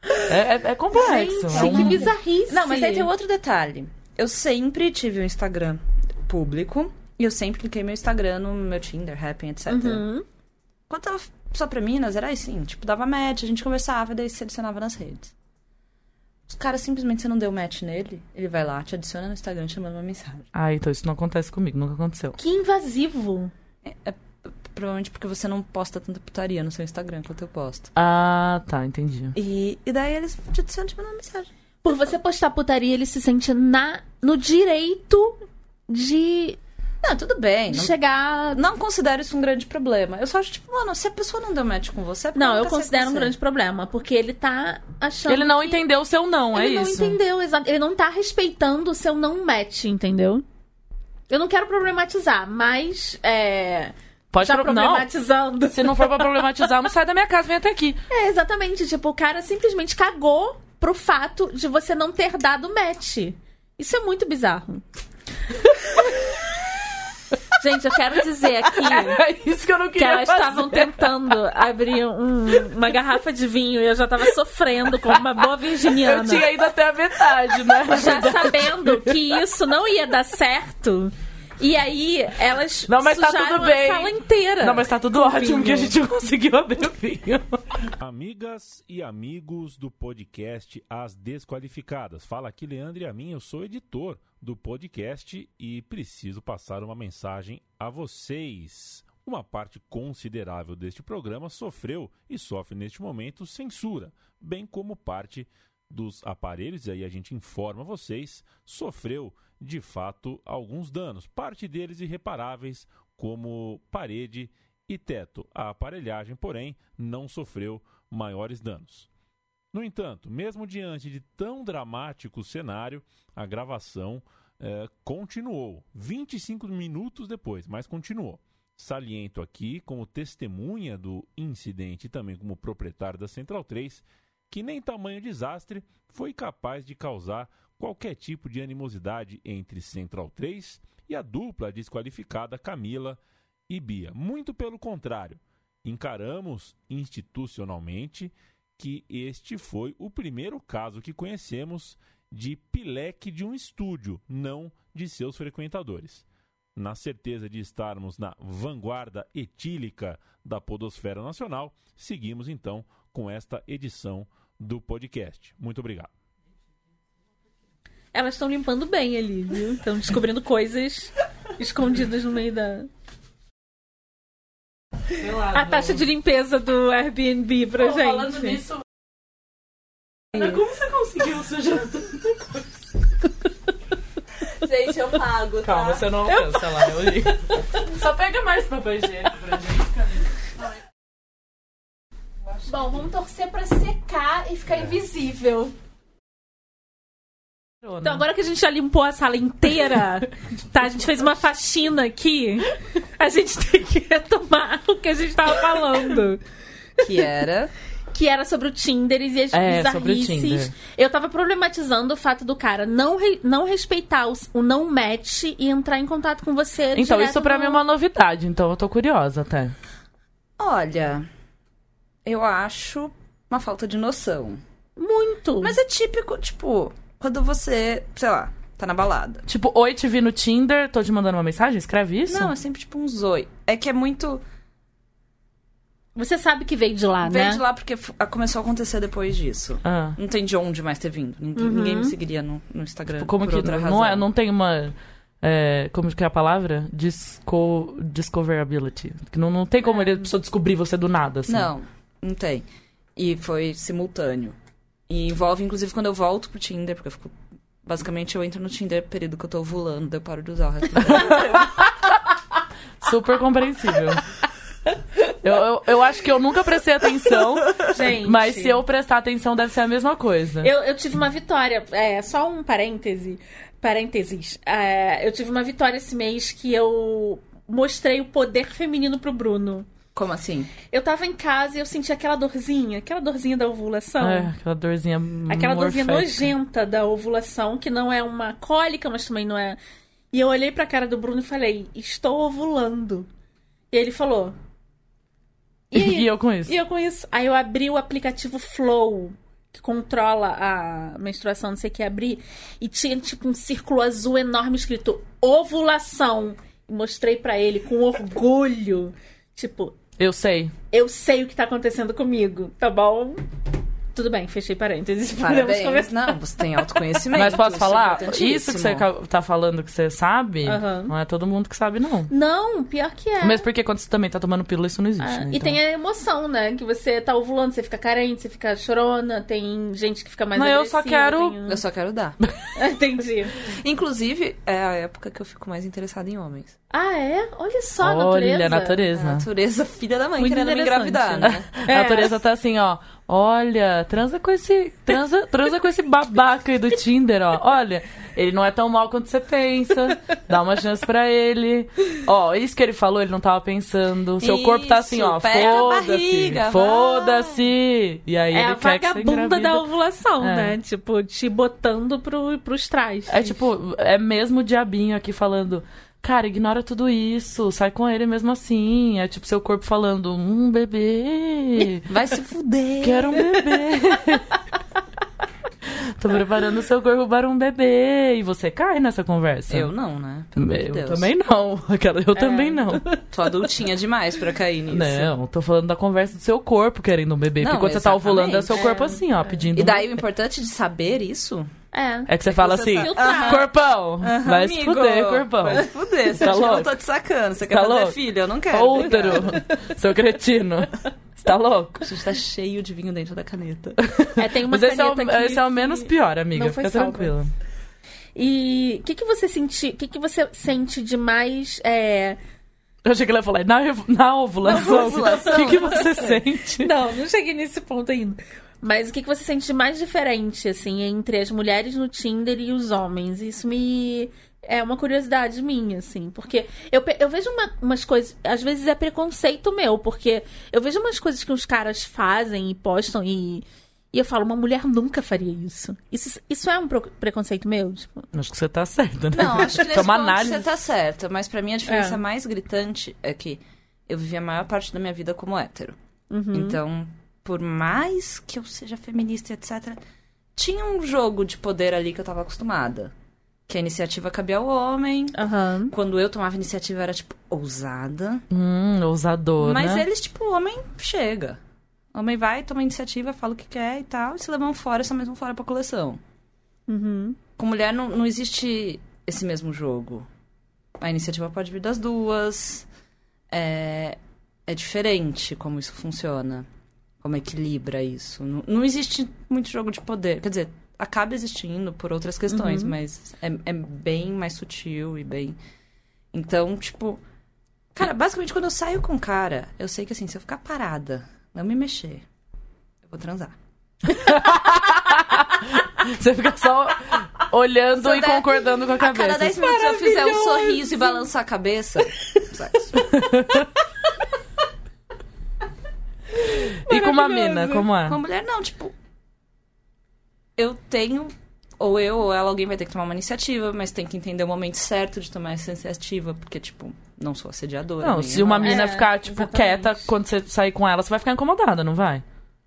é, é- é complexo. é Gente, um- que bizarrice. Não, mas aí tem outro detalhe. Eu sempre tive um Instagram público. E eu sempre cliquei meu Instagram no meu Tinder, Happn, etc. Uhum. Quando tava só pra Minas, era assim, tipo, dava match, a gente conversava, daí selecionava nas redes. Os caras simplesmente, você não deu match nele, ele vai lá, te adiciona no Instagram, te manda uma mensagem. Ah, então isso não acontece comigo, nunca aconteceu. Que invasivo. Provavelmente porque você não posta tanta putaria no seu Instagram quanto eu posto. Ah, tá, entendi. E, e daí eles te adicionam e te mandam uma mensagem. Por você postar putaria, ele se sente na... no direito de Não, tudo bem. Não, chegar. não considero isso um grande problema. Eu só acho, tipo, mano, se a pessoa não deu match com você... é porque Não, eu nunca saiu com considero um você. grande problema, porque ele tá achando. Ele não que- entendeu o seu não, ele é não isso. entendeu, exato. Ele não tá respeitando o seu não match, entendeu? Eu não quero problematizar, mas é, Pode já pro... Não. problematizando. (laughs) Se não for pra problematizar, não sai da minha casa, vem até aqui. (laughs) É, exatamente. Tipo, o cara simplesmente cagou pro fato de você não ter dado match. Isso é muito (laughs) bizarro. Gente, eu quero dizer (laughs) aqui É isso que eu não que queria elas fazer. (laughs) estavam tentando abrir um- uma garrafa de vinho e eu já tava sofrendo como uma boa virginiana. Eu tinha ido até a metade, (laughs) né? já sabendo que isso não ia dar certo. E aí elas Não, mas tá sujaram tudo bem. a sala É. inteira. Não, mas tá tudo ótimo que a gente (laughs) conseguiu abrir o vinho. Amigas e amigos do podcast As Desqualificadas. Fala aqui, Leandro e a mim, eu sou editor do podcast e preciso passar uma mensagem a vocês. Uma parte considerável deste programa sofreu e sofre neste momento censura, bem como parte dos aparelhos, e aí a gente informa vocês, sofreu de fato alguns danos, parte deles irreparáveis, como parede e teto. A aparelhagem, porém, não sofreu maiores danos. No entanto, mesmo diante de tão dramático cenário, a gravação eh, continuou 25 minutos depois, mas continuou. Saliento aqui, como testemunha do incidente e também como proprietário da Central 3, que nem tamanho desastre foi capaz de causar qualquer tipo de animosidade entre Central 3 e a dupla desqualificada Camila e Bia. Muito pelo contrário, encaramos institucionalmente que este foi o primeiro caso que conhecemos de pileque de um estúdio, não de seus frequentadores. Na certeza de estarmos na vanguarda etílica da Podosfera Nacional, seguimos então com esta edição do podcast. Muito obrigado. Elas estão limpando bem ali, viu? Estão descobrindo coisas escondidas no meio da. Sei lá, A taxa de limpeza do Airbnb pra Pô, Falando gente. nisso... Mas Como você conseguiu sujar tanta coisa? Gente, eu pago, tá? Calma, você não alcança lá, eu ligo. (laughs) Só pega mais papel higiênico pra gente. Bom, vamos torcer pra secar e ficar É. invisível. né? Então, agora que a gente já limpou a sala (laughs) inteira, tá? A gente fez uma faxina aqui. A gente tem que retomar (laughs) o que a gente tava falando. Que era. Que era sobre o Tinder e as É, bizarrices. sobre o Tinder. Eu tava problematizando o fato do cara não, re- não respeitar o, o não match e entrar em contato com você. Então, direto isso pra no- mim é uma novidade, então eu tô curiosa até. Olha, eu acho uma falta de noção. Muito. Mas é típico, tipo, quando você, sei lá, tá na balada. Tipo, oi, te vi no Tinder, tô te mandando uma mensagem, escreve isso? Não, é sempre tipo um zoi. É que é muito. Você sabe que veio de lá, Veio né? de lá porque f- começou a acontecer depois disso. Ah, Não tem de onde mais ter vindo. Ninguém, ninguém me seguiria no, no Uhum. Instagram. Tipo, como por que outra não, razão. é, não tem uma... é, como que é a palavra? Disco, discoverability. Que Não, não tem como ele, a pessoa descobrir você do nada, assim. Não, não tem. E foi simultâneo. E envolve, inclusive, quando eu volto pro Tinder, porque eu fico. Basicamente, eu entro no Tinder período que eu tô ovulando, daí eu paro de usar o resto do tempo. Super (laughs) compreensível. Eu, eu, eu acho que eu nunca prestei atenção, (laughs) Gente. mas se eu prestar atenção deve ser a mesma coisa. Eu, eu tive uma vitória, é, só um parêntese, parênteses. É, eu tive uma vitória esse mês que eu mostrei o poder feminino pro Bruno. (laughs) Como assim? Eu tava em casa e eu senti aquela dorzinha, aquela dorzinha da ovulação. É, aquela dorzinha Aquela dorzinha morfética. nojenta da ovulação, que não é uma cólica, mas também não é. E eu olhei pra cara do Bruno e falei, estou ovulando. E ele falou. E, aí? E eu com isso. E eu com isso. Aí eu abri o aplicativo Flow, que controla a menstruação, não sei o que, abri. E tinha, tipo, um círculo azul enorme escrito ovulação. E mostrei pra ele com orgulho. tipo, Eu sei. eu sei o que tá acontecendo comigo, tá bom? Tudo bem, fechei parênteses. (laughs) Podemos Parabéns. conversar. Não, você tem autoconhecimento. Mas posso isso é falar? importantíssimo. Isso que você ca- tá falando que você sabe, Aham. não é todo mundo que sabe, não. Não, pior que é. Mas porque quando você também tá tomando pílula, isso não existe, Ah, né? E Então- tem a emoção, né? Que você tá ovulando, você fica carente, você fica chorona, tem gente que fica mais Não, eu só agressiva, quero- tem um- (laughs) Eu só quero dar. Entendi. Inclusive, é a época que eu fico mais interessada em homens. É Ah, é? Olha só, a Olha, natureza. a natureza. A natureza, filha da mãe, Muito querendo me interessante. engravidar, né? É. A natureza tá assim, ó. Olha, transa com esse. Transa, transa com esse babaca aí do Tinder, ó. Olha, ele não é tão mal quanto você pensa. Dá uma chance pra ele. Ó, isso que ele falou, ele não tava pensando. Seu corpo tá assim, ó. Isso, pega a Foda-se. barriga, vai. Foda-se. E aí É ele a quer que você vagabunda da engravida. ovulação, É. né? Tipo, te botando pro, pros trás. É tipo, é mesmo o diabinho aqui falando. Cara, ignora tudo isso, sai com ele mesmo assim. É tipo seu corpo falando, um bebê. Vai se fuder. Quero um bebê. (laughs) Tô preparando o seu corpo para um bebê. E você cai nessa conversa. Eu não, né? Pelo amor de Eu Deus. É, também não. (laughs) Aquela, Eu também não. Tô adultinha demais pra cair nisso. Não, tô falando da conversa do seu corpo querendo um bebê. Não, porque quando você tá exatamente. ovulando, é seu corpo É, assim, ó, pedindo. E um daí o bebê. importante de saber isso É. É que você fala você assim, sabe. Aham. corpão, vai se Amigo, fuder, corpão. Vai se fuder. Você Tá acha que eu não louco? tô te sacando. Você quer Tá fazer louco? filho? Eu não quero. Outro, seu cretino. Você tá louco? A gente tá cheio de vinho dentro da caneta. É, tem uma Mas esse é, o, caneta aqui esse é o que- menos pior, amiga. não foi Fica salva. tranquila. E o que, que você senti? O que, que você sente de mais. É... Eu achei que ela ia falar, "É na, na ovulação, ovulação, o que, que você (laughs) sente? Não, não cheguei nesse ponto ainda. Mas o que, que você sente de mais diferente, assim, entre as mulheres no Tinder e os homens? Isso me. É uma curiosidade minha, assim. Porque eu, pe- eu vejo uma- umas coisas. Às vezes é preconceito meu, porque eu vejo umas coisas que os caras fazem e postam e. E eu falo, uma mulher nunca faria isso. Isso, isso é um pro- preconceito meu? Tipo, Acho que você tá certa, né? Não, acho Isso que é nesse uma ponto análise. você tá certa. Mas pra mim a diferença É. mais gritante é que eu vivi a maior parte da minha vida como hétero. Então, por mais que eu seja feminista, e etc., tinha um jogo de poder ali que eu tava acostumada. Que é a iniciativa cabia ao homem. aham. Quando eu tomava iniciativa era, tipo, ousada. Hum, ousadora. Mas eles, tipo, o homem chega. O homem vai, toma iniciativa, fala o que quer e tal. E se levam fora, só mesmo fora pra coleção. com mulher não, não existe esse mesmo jogo. A iniciativa pode vir das duas. É, é diferente como isso funciona. Como equilibra isso. Não, não existe muito jogo de poder. Quer dizer, acaba existindo por outras questões, mas é, é bem mais sutil e bem. Então, tipo. Cara, basicamente quando eu saio com um cara, eu sei que assim, se eu ficar parada, não me mexer, eu vou transar. Você fica só olhando Só e dá- concordando com a A cabeça. cada 10 minutos eu fizer um sorriso e balançar a (laughs) cabeça. sexo. E com uma mina, como é? Com a mulher, não, tipo. Eu tenho. Ou eu ou ela, alguém vai ter que tomar uma iniciativa, mas tem que entender o momento certo de tomar essa iniciativa, porque, tipo, não sou assediadora. Não, nem se uma nada. mina É, ficar, tipo, exatamente. quieta quando você sair com ela, você vai ficar incomodada, não vai?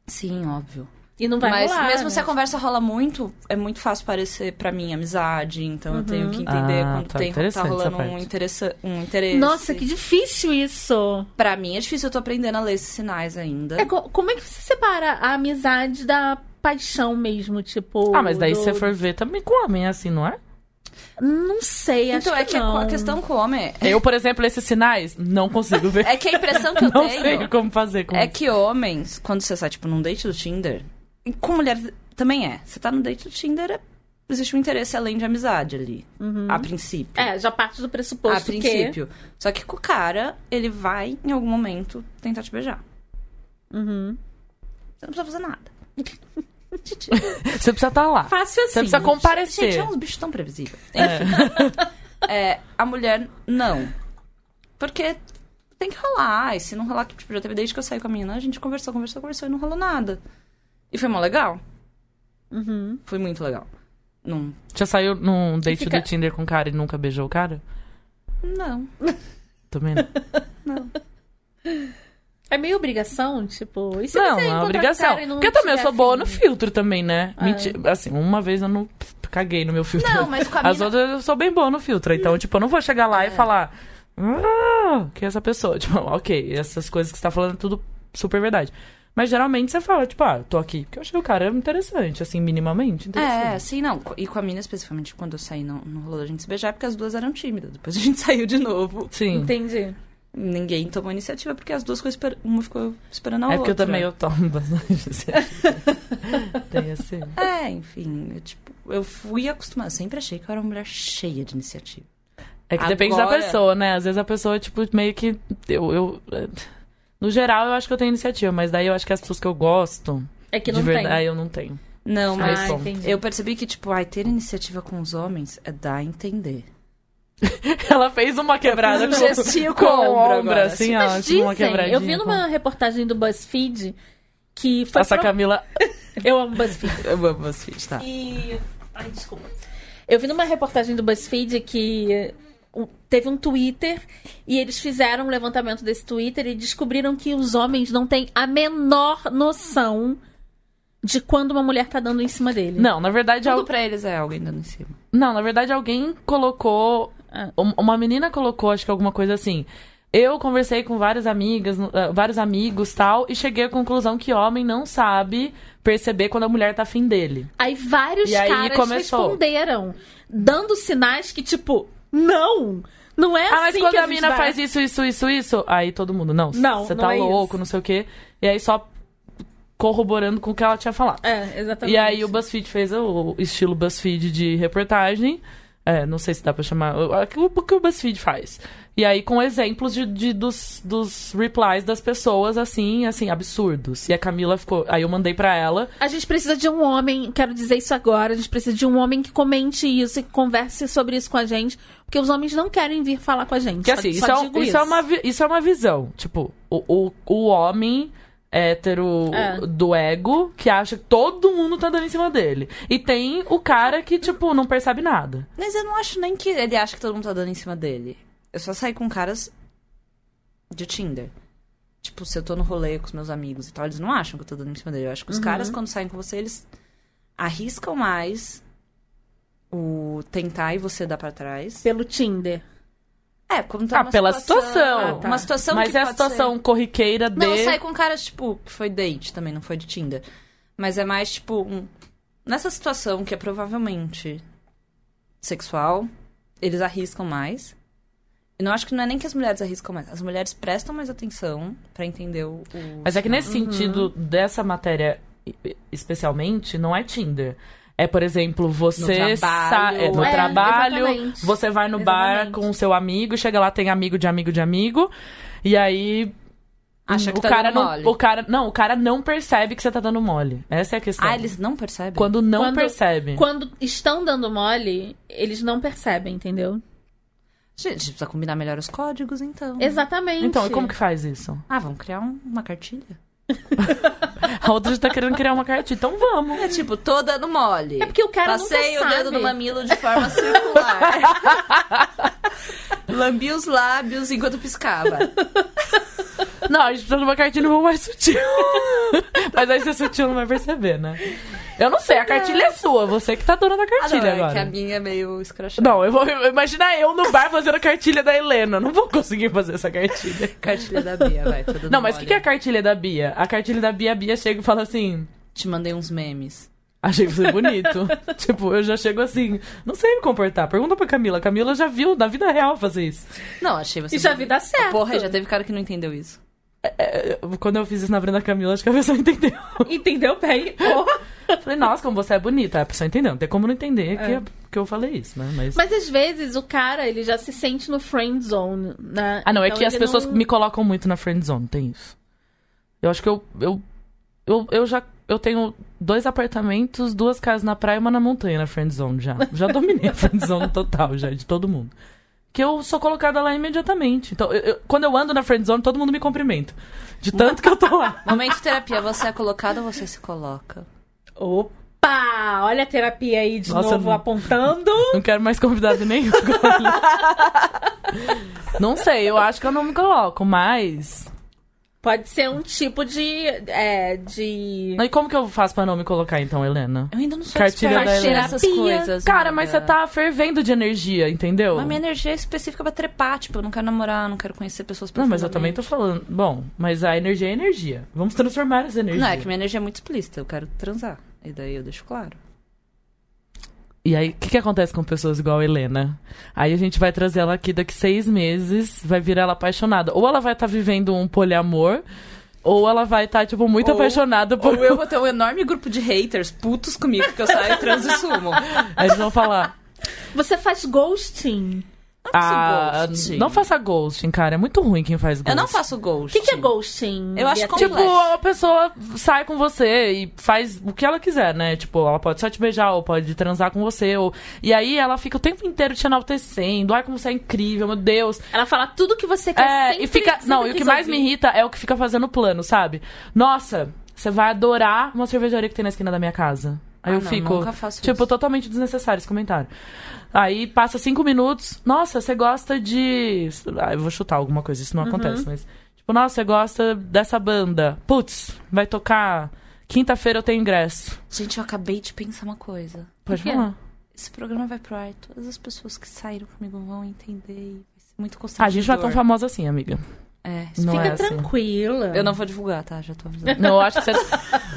Sim, óbvio. E não vai mas rolar, mesmo né? se a conversa rola muito, é muito fácil parecer pra mim amizade, então eu Uhum. tenho que entender Ah, quando tá, tem, tá interessante rolando essa um, parte. interessa, um interesse. Nossa, que difícil isso. Pra mim é difícil, eu tô aprendendo a ler esses sinais ainda. É, co- como é que você separa a amizade da paixão mesmo, tipo... Ah, mas daí do- se você for ver também com homem, é assim, não é? Não sei, acho então é que a- não. a questão com o homem Eu, por exemplo, esses sinais, não consigo ver. (laughs) é que a impressão (laughs) que eu não tenho sei como fazer com é isso. que homens, quando você sai, tipo, num date do Tinder, e com mulher também é. Você tá no date do Tinder, é- existe um interesse além de amizade ali, a princípio. É, já parte do a pressuposto que... princípio. Só que com o cara, ele vai, em algum momento, tentar te beijar. Uhum. Você não precisa fazer nada. Gente, Você precisa estar lá. Fácil assim. Você precisa comparecer. Gente, é uns bichos tão previsíveis. (laughs) É, a mulher, não. Porque tem que rolar. E se não rolar, tipo, já teve desde que eu saí com a menina, a gente conversou, conversou, conversou e não rolou nada. E foi mó legal. Uhum. Foi muito legal. Não. Já saiu num date fica- do Tinder com o cara e nunca beijou o cara? Não. Também não. É meio obrigação, tipo... E se não, você é encontrar uma um obrigação. cara e não É. Porque eu também eu tiver sou boa afim? no filtro também, né? Menti- Assim, uma vez eu não pff, caguei no meu filtro. Não, mas com a (laughs) As mina- outras eu sou bem boa no filtro. Então, tipo, eu não vou chegar lá e É. falar. Ah, que é essa pessoa? (laughs) Tipo, ok, essas coisas que você tá falando é tudo super verdade. Mas geralmente você fala, tipo, ah, eu tô aqui. Porque eu achei o cara interessante, assim, minimamente É, interessante. assim, não. E com a mina, especificamente, quando eu saí, não, não rolou a gente se beijar, é porque as duas eram tímidas. Depois a gente (laughs) saiu de novo. Sim. Entendi. Ninguém tomou iniciativa, porque as duas ficou esper... uma ficou esperando a É outra. porque eu também eu tomo (laughs) bastante. assim. (laughs) Tem assim. É, enfim, eu, tipo, eu fui acostumada. Eu sempre achei que eu era uma mulher cheia de iniciativa. É que depende da Agora- pessoa, né? Às vezes a pessoa, tipo, meio que. Eu, eu- eh, No geral, eu acho que eu tenho iniciativa, mas daí eu acho que as pessoas que eu gosto. É que de não verdade, ah, tem. eu não tenho. (laughs) Não, mas Ah, só. entendi. eu percebi que, tipo, ai, ter iniciativa com os homens é dar a entender. Ela fez uma quebrada fiz um com, gestinho com com o o ombro ombro, agora, assim, ó. Mas tipo, uma dizem, quebradinha. eu vi numa reportagem do BuzzFeed que Com... foi... Essa pro- Camila. (laughs) Eu amo BuzzFeed. Eu amo as filhas, tá? E. Ai, desculpa. Eu vi numa reportagem do BuzzFeed que eh, um- teve um Twitter e eles fizeram um levantamento desse Twitter e descobriram que os homens não têm a menor noção de quando uma mulher tá dando em cima dele. Não, na verdade. al- Tudo pra eles é alguém dando em cima. Não, na verdade, alguém colocou. Ah. um- Uma menina colocou, acho que alguma coisa assim. Eu conversei com várias amigas, no- ah, vários amigos tal, e cheguei à conclusão que homem não sabe perceber quando a mulher tá afim dele. Aí vários E aí caras começou. responderam, dando sinais que, tipo, não! Não é assim. Ah, mas quando que a gente mina vai. faz isso, isso, isso, isso, aí todo mundo, não, Não, você não tá é louco, isso. não sei o quê. E aí só corroborando com o que ela tinha falado. É, exatamente. E aí o BuzzFeed fez o estilo BuzzFeed de reportagem. É, não sei se dá pra chamar. o- O o que o BuzzFeed faz. E aí com exemplos de, de- dos, dos replies das pessoas, assim, assim, absurdos. E a Camila ficou... Aí eu mandei pra ela. A gente precisa de um homem, quero dizer isso agora, a gente precisa de um homem que comente isso e que converse sobre isso com a gente, porque os homens não querem vir falar com a gente. Que só- assim, só isso, é, um- digo isso é uma, vi- isso é uma visão. Tipo, o, o, o homem hétero É. do ego que acha que todo mundo tá dando em cima dele. E tem o cara que, tipo, não percebe nada. Mas eu não acho nem que ele acha que todo mundo tá dando em cima dele. Eu só saí com caras de Tinder. Tipo, se eu tô no rolê com os meus amigos e tal, eles não acham que eu tô dando em cima dele. Eu acho que os Uhum. caras, quando saem com você, eles arriscam mais o tentar e você dar pra trás. Pelo Tinder. É, como tá ah, uma pela situação. Ah, tá. Uma situação Mas que é a pode situação corriqueira Ser... Não, de... sai com caras, tipo, que foi date também, não foi de Tinder. Mas é mais, tipo, um... nessa situação que é provavelmente sexual, eles arriscam mais. Eu não acho que não é nem que as mulheres arriscam mais. As mulheres prestam mais atenção pra entender o. o- Mas é que nesse sentido dessa matéria, e- e- especialmente, não é Tinder. É, por exemplo, você No trabalho. sa- é, no É, trabalho, exatamente. você vai no bar Exatamente. com o seu amigo, chega lá, tem amigo de amigo de amigo, e aí. Acha hum, que o tá cara dando não, mole. O cara, não, o cara não percebe que você tá dando mole. Essa é a questão. Ah, eles não percebem? Quando não Quando- percebe. Quando estão dando mole, eles não percebem, entendeu? Gente, a gente precisa combinar melhor os códigos, então. Exatamente. Então, e como que faz isso? Ah, vamos criar um- uma cartilha? A outra já tá querendo criar uma cartilha. Então vamos. (laughs) É tipo, tô dando mole. É porque o cara Passei nunca o sabe. dedo no mamilo de forma circular. (laughs) Lambi os lábios enquanto piscava. Não, a gente precisa de uma cartilha um pouco mais (laughs) sutil. Mas aí se é sutil não vai perceber, né? Eu não sei, a cartilha é sua, você que tá dona da Ah, não, cartilha é que a agora. minha é meio escrachada. Não, eu vou eu- imaginar eu no bar fazendo a cartilha da Helena. Eu não vou conseguir fazer essa cartilha. Cartilha da Bia, vai. tô dando Não, mas o que, mole. que é a cartilha da Bia? A cartilha da Bia, a Bia chega e fala assim. Te mandei uns memes. Achei você bonito. tipo, eu já chego assim. Não sei me comportar. Pergunta pra Camila. Camila já viu na vida real fazer isso. Não, achei você... E já vi dar certo. Porra, já teve cara que não entendeu isso. É, Quando eu fiz isso na frente da Camila, acho que a pessoa (laughs) entendeu. (laughs) Entendeu bem? Porra. Falei, nossa, como você é bonita. A pessoa entendeu. Não tem como não entender que, que eu falei isso, né? Mas... Mas às vezes o cara, ele já se sente no friend zone, né? Ah, não, é Então que as ele pessoas não- me colocam muito na friend zone, tem isso. Eu acho que eu. Eu, eu, eu já. Eu tenho dois apartamentos, duas casas na praia e uma na montanha na friend zone já. Já dominei a friend zone total, já, de todo mundo. Que eu sou colocada lá imediatamente. Então, eu- eu- quando eu ando na friend zone, todo mundo me cumprimenta. De tanto que eu tô lá. Momento terapia, você é colocado ou você se coloca? Opa! Olha a terapia aí de Nossa, novo não- apontando. Não quero mais convidado nenhum. agora. não sei, eu acho que eu não me coloco, mas. Pode ser um tipo de. É, de. E como que eu faço pra não me colocar então, Helena? Eu ainda não sou Cartilha expert da em tirar Helena. essas Terapia. coisas. né? Cara, mas você amiga. tá fervendo de energia, entendeu? Mas minha energia é específica pra trepar, tipo, eu não quero namorar, não quero conhecer pessoas Não, mas eu também tô falando. Bom, mas a energia é energia. Vamos transformar essa energia. Não, é que minha energia é muito explícita, eu quero transar. E daí eu deixo claro. E aí, o que, que acontece com pessoas igual a Helena? Aí a gente vai trazer ela aqui daqui seis meses, vai virar ela apaixonada. Ou ela vai estar vivendo um poliamor, ou ela vai estar, tipo, muito Ou- apaixonada por. Ou eu vou ter um enorme grupo de haters putos comigo que eu saio, transo e sumo. (laughs) Aí eles vão falar. Você faz ghosting. Ah, ghosting." não faça ghosting, cara. É muito ruim quem faz ghosting. Eu não faço O ghost. que, que é ghosting? Eu acho Beatriz? completo. Tipo, a pessoa sai com você e faz o que ela quiser, né? Tipo, ela pode só te beijar, ou pode transar com você, ou... E aí ela fica o tempo inteiro te enaltecendo. Ai, como você é incrível, meu Deus. Ela fala tudo que você quer. É, sempre- e fica... sempre Não, e o que quis mais me ouvir. irrita é o que fica fazendo plano, sabe? Nossa, você vai adorar uma cervejaria que tem na esquina da minha casa. Aí Ah, eu não, fico... nunca faço tipo, isso. totalmente desnecessário esse comentário. Aí passa cinco minutos. Nossa, você gosta de... Ah, eu vou chutar alguma coisa, isso não acontece, mas... Tipo, nossa, você gosta dessa banda. Putz, vai tocar... Quinta-feira eu tenho ingresso. Gente, eu acabei de pensar uma coisa. Pode Por quê? falar. Esse programa vai pro ar, todas as pessoas que saíram comigo vão entender e vai ser muito Ah, constrangedor. a gente não é tão famosa assim, amiga. É, isso Não Fica é assim. tranquila. Eu não vou divulgar, tá? Já tô avisando. Não, eu acho que você.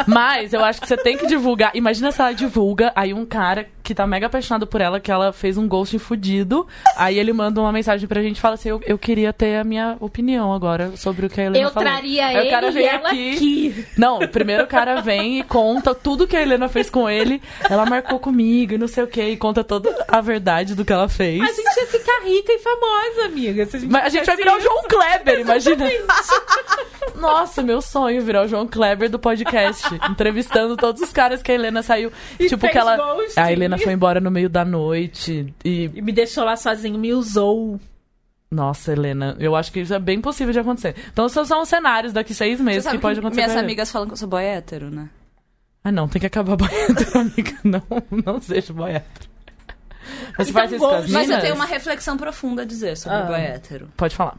Mas eu acho que você tem que divulgar. Imagina se ela divulga, aí um cara que tá mega apaixonado por ela, que ela fez um ghosting fudido. Aí ele manda uma mensagem pra gente e fala assim: eu, eu queria ter a minha opinião agora sobre o que a Helena Eu falou. traria Aí o ele cara e vem ela aqui. Não, primeiro o cara vem e conta tudo que a Helena fez com ele. Ela marcou comigo e não sei o que, e conta toda a verdade do que ela fez. A gente ia ficar rica e famosa, amiga. Se a gente Mas a gente vai virar o João Kleber, imagina. Nossa, meu sonho virar o João Kleber do podcast. entrevistando todos os caras que a Helena saiu. E tipo, fez que ela. ghosting. A Helena foi embora no meio da noite. E. E me deixou lá sozinho, me usou. Nossa, Helena, eu acho que isso é bem possível de acontecer. Então, esses são os cenários daqui seis Você meses sabe que que pode acontecer. minhas com a Helena. amigas falam que eu sou boy hétero, né? Ah, não, tem que acabar boiadro, (laughs) amiga. Não, não seja boiadro. Você Então, faz isso com as ghost. Mas eu meninas? tenho uma reflexão profunda a dizer sobre Ah. boy hétero. Pode falar.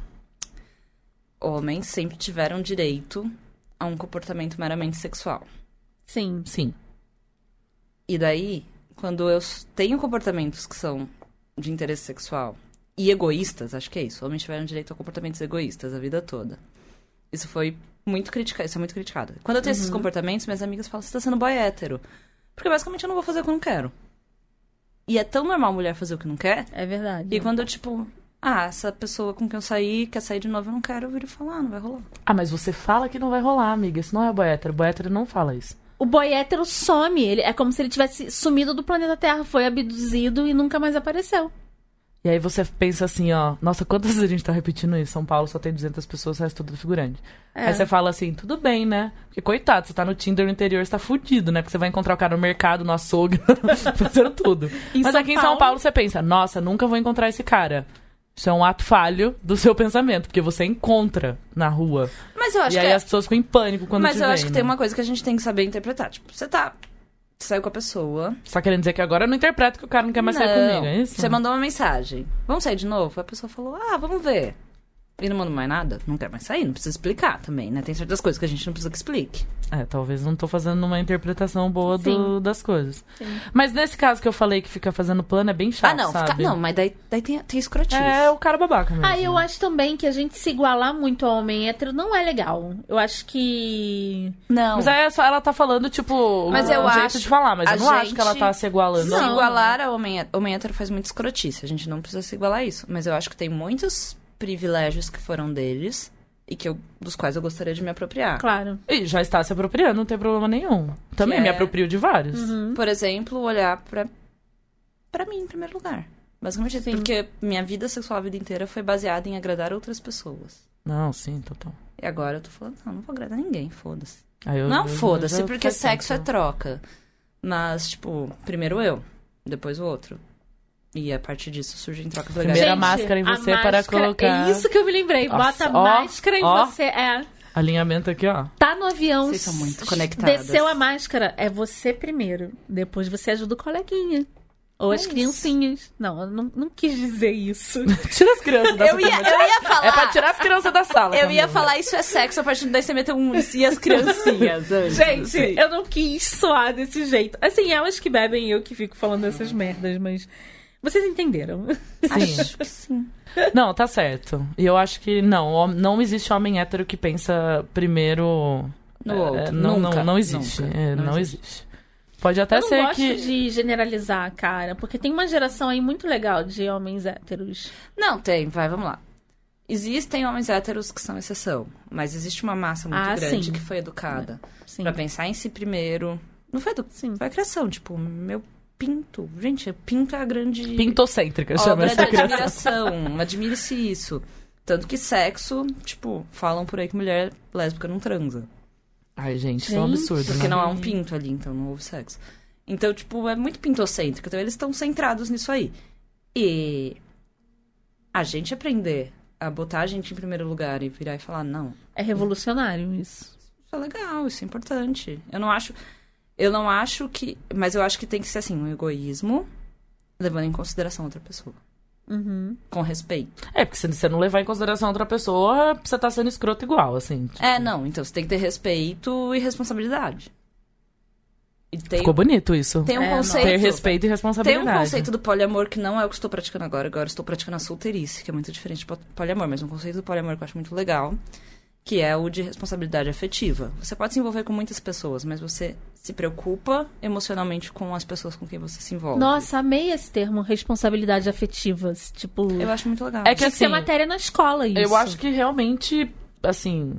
Homens sempre tiveram direito a um comportamento meramente sexual. Sim. Sim. E daí, quando eu s- tenho comportamentos que são de interesse sexual e egoístas, acho que é isso. Homens tiveram direito a comportamentos egoístas a vida toda. Isso foi muito criticado, isso é muito criticado. Quando eu tenho esses comportamentos, minhas amigas falam, você tá sendo boy hétero. Porque basicamente eu não vou fazer o que eu não quero. E é tão normal mulher fazer o que não quer. É verdade. E quando eu, tipo, ah, essa pessoa com quem eu saí quer sair de novo, eu não quero, eu viro e falo, ah, não vai rolar. Ah, mas você fala que não vai rolar, amiga. Isso não é boy hétero. Boy hétero não fala isso. O boy hétero some. Ele, é como se ele tivesse sumido do planeta Terra, foi abduzido e nunca mais apareceu. E aí você pensa assim, ó, nossa, quantas vezes a gente tá repetindo isso? São Paulo só tem 200 pessoas, o resto tudo figurante. É. Aí você fala assim, tudo bem, né? Porque coitado, você tá no Tinder no interior, você tá fudido, né? Porque você vai encontrar o cara no mercado, no açougue, (laughs) fazendo tudo. Em Mas São aqui em São Paulo- Paulo você pensa, nossa, nunca vou encontrar esse cara. Isso é um ato falho do seu pensamento, porque você encontra na rua. Mas eu acho e aí que. é- as pessoas ficam em pânico quando Mas te eu veem, acho que né? tem uma coisa que a gente tem que saber interpretar. Tipo, você tá. Você saiu com a pessoa. Você tá querendo dizer que agora eu não interpreto que o cara não quer mais Não. sair comigo, é isso? Você mandou uma mensagem. Vamos sair de novo? A pessoa falou, ah, vamos ver. E não manda mais nada? Não quer mais sair? Não precisa explicar também, né? Tem certas coisas que a gente não precisa que explique. É, talvez não tô fazendo uma interpretação boa do- Sim. das coisas. Mas nesse caso que eu falei que fica fazendo plano, é bem chato, ah, não. sabe? fica- não, mas daí, daí tem, tem escrotismo. É o cara babaca mesmo. Ah, eu acho também que a gente se igualar muito ao homem hétero não é legal. Eu acho que. Não. Mas aí é só ela tá falando, tipo, Mas um eu jeito acho- de falar, mas a eu não acho que ela gente- tá se igualando. Se Não. igualar a homem, hé- homem hétero faz muito escrotice. A gente não precisa se igualar a isso. Mas eu acho que tem muitos privilégios que foram deles e que eu, dos quais eu gostaria de me apropriar. Claro. E já está se apropriando, não tem problema nenhum. Também Que me é- Uhum. aproprio de vários. Por exemplo, olhar pra, pra mim em primeiro lugar. Basicamente, é isso. Sim. porque minha vida sexual a vida inteira foi baseada em agradar outras pessoas. Não, sim, total. E agora eu tô falando, não, não vou agradar ninguém, foda-se. Aí eu- Não, eu- eu foda-se, já porque faço sexo é isso. troca. Mas, tipo, primeiro eu, depois o outro. E a partir disso surgem trocas legais. Primeira Primeiro máscara em a você para colocar- É isso que eu me lembrei. Nossa, Bota ó, máscara em ó. você. É. Alinhamento aqui, ó. (laughs) Tá no avião. Vocês são muito s- conectadas. Desceu a máscara. É você primeiro. Depois você ajuda o coleguinha. É Ou as isso. criancinhas. Não, eu não, não quis dizer (laughs) isso. Tira as crianças da Eu ia, eu ia falar. (laughs) É pra tirar as crianças da sala. Eu ia Camila. falar isso é sexo a partir daí você meteu um e as (laughs) É, criancinhas. Gente, eu não quis soar desse jeito. Assim, elas que bebem, eu que fico falando essas merdas, mas. Vocês entenderam. Sim. Acho que sim. Não, tá certo. E eu acho que não, hom- não existe homem hétero que pensa primeiro No é, outro. Não, Nunca, não, não existe. nunca. É, não, Não existe. Pode Tá até eu não ser gosto que de generalizar, cara, porque tem uma geração aí muito legal de homens héteros. Não, tem, vai, vamos lá. Existem homens héteros que são exceção, mas existe uma massa muito Ah, grande sim. que foi educada Sim. pra pensar em si primeiro. Não foi educada, Sim. foi a criação, tipo, meu pinto. Gente, pinto é a grande pintocêntrica chama obra essa da criança. admiração. Admire-se isso. Tanto que sexo, tipo, falam por aí que mulher é lésbica não transa. Ai, gente, isso é um Gente. absurdo. Porque né? não há um pinto ali, então não houve sexo. Então, tipo, é muito pintocêntrico. Então, eles estão centrados nisso aí. E a gente aprender a botar a gente em primeiro lugar e virar e falar, não, É revolucionário isso. isso é legal, isso é importante. Eu não acho. Eu não acho que. Mas eu acho que tem que ser assim, um egoísmo, levando em consideração outra pessoa. Com respeito. É, porque se você não levar em consideração outra pessoa, você tá sendo escroto igual, assim. É, não. Então, você tem que ter respeito e responsabilidade. E tem, Ficou bonito isso. É, tem um É, não. conceito. Ter respeito e Tem responsabilidade. um conceito do poliamor que não é o que estou praticando agora, agora eu estou praticando a solteirice, que é muito diferente do po- poliamor, mas um conceito do poliamor que eu acho muito legal, que é o de responsabilidade afetiva. Você pode se envolver com muitas pessoas, mas você se preocupa emocionalmente com as pessoas com quem você se envolve. Nossa, amei esse termo, responsabilidade afetiva. Tipo, Eu acho muito legal. É que tinha que ser assim, matéria na escola isso. Eu acho que realmente, assim,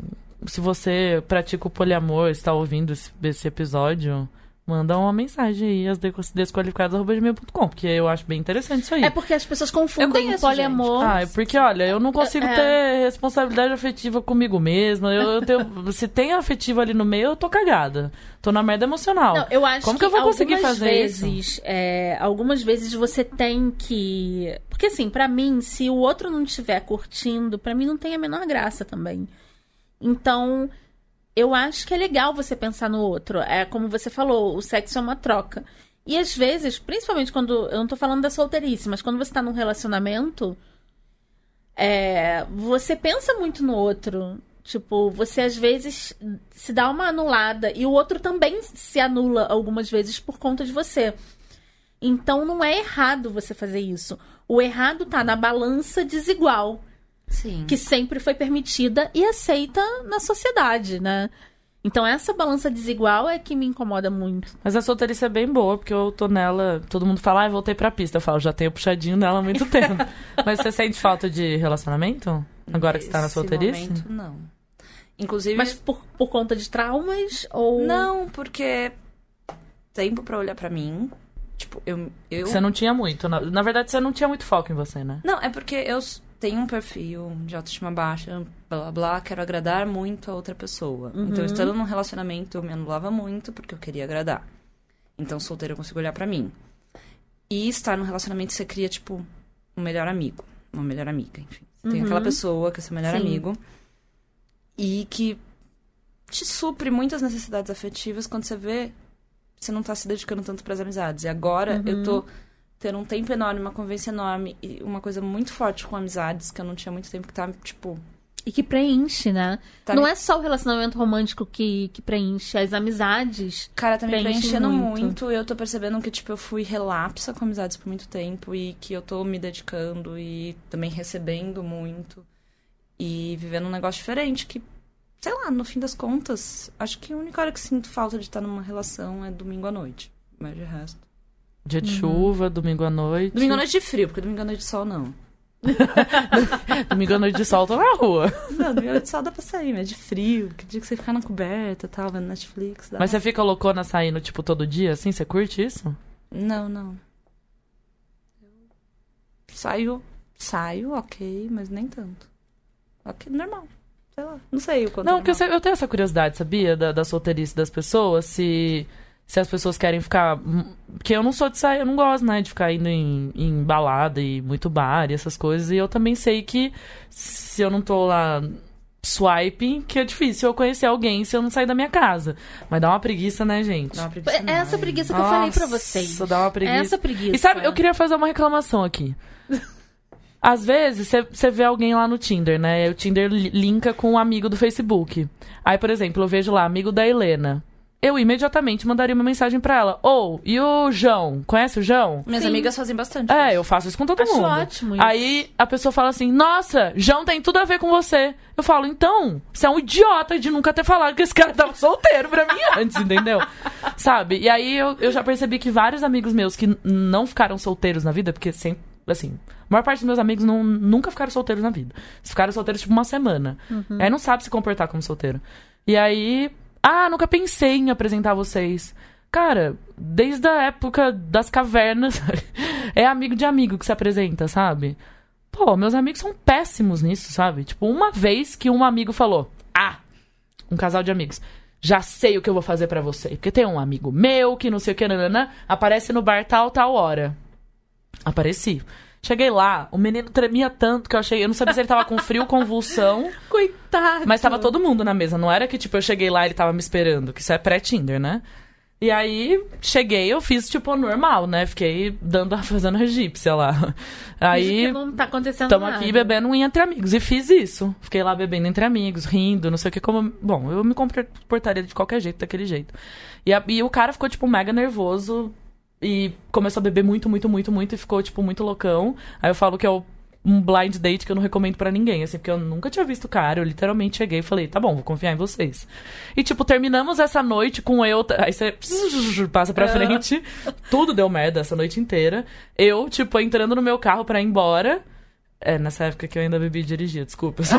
se você pratica o poliamor, está ouvindo esse, esse episódio, manda uma mensagem aí, as desqu- desqualificadas.com, porque eu acho bem interessante isso aí. É porque as pessoas confundem Eu conheço, poliamor. Ah, é porque, olha, eu não consigo É. ter responsabilidade afetiva comigo mesma. Eu, (laughs) eu tenho, se tem afetivo ali no meio, eu tô cagada. Tô na merda emocional. Não, eu acho Como que eu vou conseguir algumas fazer isso? vezes, é, algumas vezes você tem que. Porque assim, pra mim, se o outro não estiver curtindo, pra mim não tem a menor graça também. Então, eu acho que é legal você pensar no outro. É como você falou, o sexo é uma troca. E às vezes, principalmente quando. Eu não tô falando da solteirice, mas quando você tá num relacionamento. É, você pensa muito no outro. Tipo, você às vezes se dá uma anulada e o outro também se anula algumas vezes por conta de você. Então não é errado você fazer isso. O errado tá na balança desigual Sim. que sempre foi permitida e aceita na sociedade, né? Então essa balança desigual é que me incomoda muito. Mas a solteirice é bem boa, porque eu tô nela. Todo mundo fala, ah, voltei pra pista. Eu falo, já tenho puxadinho nela (laughs) há muito tempo. Mas você sente falta de relacionamento? Agora que você tá na Nesse solteirice? momento, não. Inclusive, Mas por, por conta de traumas ou. não, porque tempo pra olhar pra mim. Tipo, eu. eu... Você não tinha muito. Na, na verdade, você não tinha muito foco em você, né? Não, é porque eu s- tenho um perfil de autoestima baixa, blá blá, blá quero agradar muito a outra pessoa. Então, estando num relacionamento, eu me anulava muito porque eu queria agradar. Então, solteiro eu consigo olhar pra mim. E estar num relacionamento, você cria, tipo, um melhor amigo, uma melhor amiga, enfim. Você Tem aquela pessoa que é seu melhor Sim. amigo e que te supre muitas necessidades afetivas quando você vê você não tá se dedicando tanto pras amizades. E agora eu tô tendo um tempo enorme, uma convivência enorme e uma coisa muito forte com amizades que eu não tinha muito tempo que tá, tipo, E que preenche, né? Tá não me- é só o relacionamento romântico que, que preenche, as amizades. cara, tá me Preenche preenchendo muito. muito. e eu tô percebendo que tipo eu fui relapsa com amizades por muito tempo e que eu tô me dedicando e também recebendo muito e vivendo um negócio diferente que sei lá, no fim das contas, acho que a única hora que sinto falta de estar numa relação é domingo à noite. Mas de resto. Dia de chuva, domingo à noite. Domingo à noite de frio, porque domingo à noite de sol não. Domingo à noite de sol, eu tô na rua. Não, domingo à noite de sol dá pra sair, mas de frio. Que dia que você ficar na coberta e tal, vendo Netflix. Dá. Mas você fica loucona saindo, tipo, todo dia, assim? Você curte isso? Não, não. Saio, saio, ok, mas nem tanto. Ok, normal. Sei lá, não sei o quanto Não, é porque eu, normal. sei- eu tenho essa curiosidade, sabia? Da, da solteirice das pessoas, se, se as pessoas querem ficar. hum, Porque eu não sou de sair, eu não gosto, né? De ficar indo em, em balada e muito bar e essas coisas. E eu também sei que se eu não tô lá swiping, que é difícil eu conhecer alguém se eu não sair da minha casa. Mas dá uma preguiça, né, gente? Dá uma preguiça, É essa não. preguiça que eu falei pra Nossa, vocês. dá uma É preguiça. essa preguiça. E sabe, eu queria fazer uma (laughs) reclamação aqui. Às vezes, você vê alguém lá no Tinder, né? E O Tinder li- linka com um amigo do Facebook. Aí, por exemplo, eu vejo lá, amigo da Helena. Eu imediatamente mandaria uma mensagem pra ela. Ou, e o João? Conhece o João? Minhas Sim. amigas fazem bastante. É, isso. eu faço isso com todo Acho mundo. ótimo isso. Aí a pessoa fala assim: Nossa, João tem tudo a ver com você. Eu falo: Então, você é um idiota de nunca ter falado que esse cara tava (laughs) solteiro pra mim antes, entendeu? Sabe? E aí eu, eu já percebi que vários amigos meus que n- não ficaram solteiros na vida, porque sempre, assim, a maior parte dos meus amigos não, nunca ficaram solteiros na vida. Eles ficaram solteiros tipo uma semana. Aí não sabe se comportar como solteiro. E aí, ah, nunca pensei em apresentar vocês. Cara, desde a época das cavernas, (laughs) é amigo de amigo que se apresenta, sabe? Pô, meus amigos são péssimos nisso, sabe? Tipo, uma vez que um amigo falou: Ah, um casal de amigos. Já sei o que eu vou fazer pra você. Porque tem um amigo meu que não sei o que, nananã, aparece no bar tal, tal hora. Apareci. Cheguei lá, o menino tremia tanto que eu achei. Eu não sabia se ele tava com frio, (laughs) convulsão. Coitado. Mas tava todo mundo na mesa, não era que, tipo, eu cheguei lá e ele tava me esperando, que isso é pré-Tinder, né? E aí, cheguei, eu fiz, tipo, normal, né? Fiquei dando, fazendo a (laughs) egípcia lá. Aí, Não tá acontecendo tamo nada. aqui bebendo um entre amigos. E fiz isso. Fiquei lá bebendo entre amigos, rindo, não sei o que. Como... Bom, eu me comportaria de qualquer jeito, daquele jeito. E, a- e o cara ficou, tipo, mega nervoso e começou a beber muito, muito, muito, muito e ficou, tipo, muito loucão. Aí eu falo que é o- um blind date que eu não recomendo pra ninguém, assim, porque eu nunca tinha visto o cara. Eu literalmente cheguei e falei, tá bom, vou confiar em vocês. E, tipo, terminamos essa noite com eu. Aí você (laughs) passa pra frente. Tudo deu merda essa noite inteira. Eu, tipo, entrando no meu carro pra ir embora. É, nessa época que eu ainda bebi e dirigia, desculpa. (laughs) só.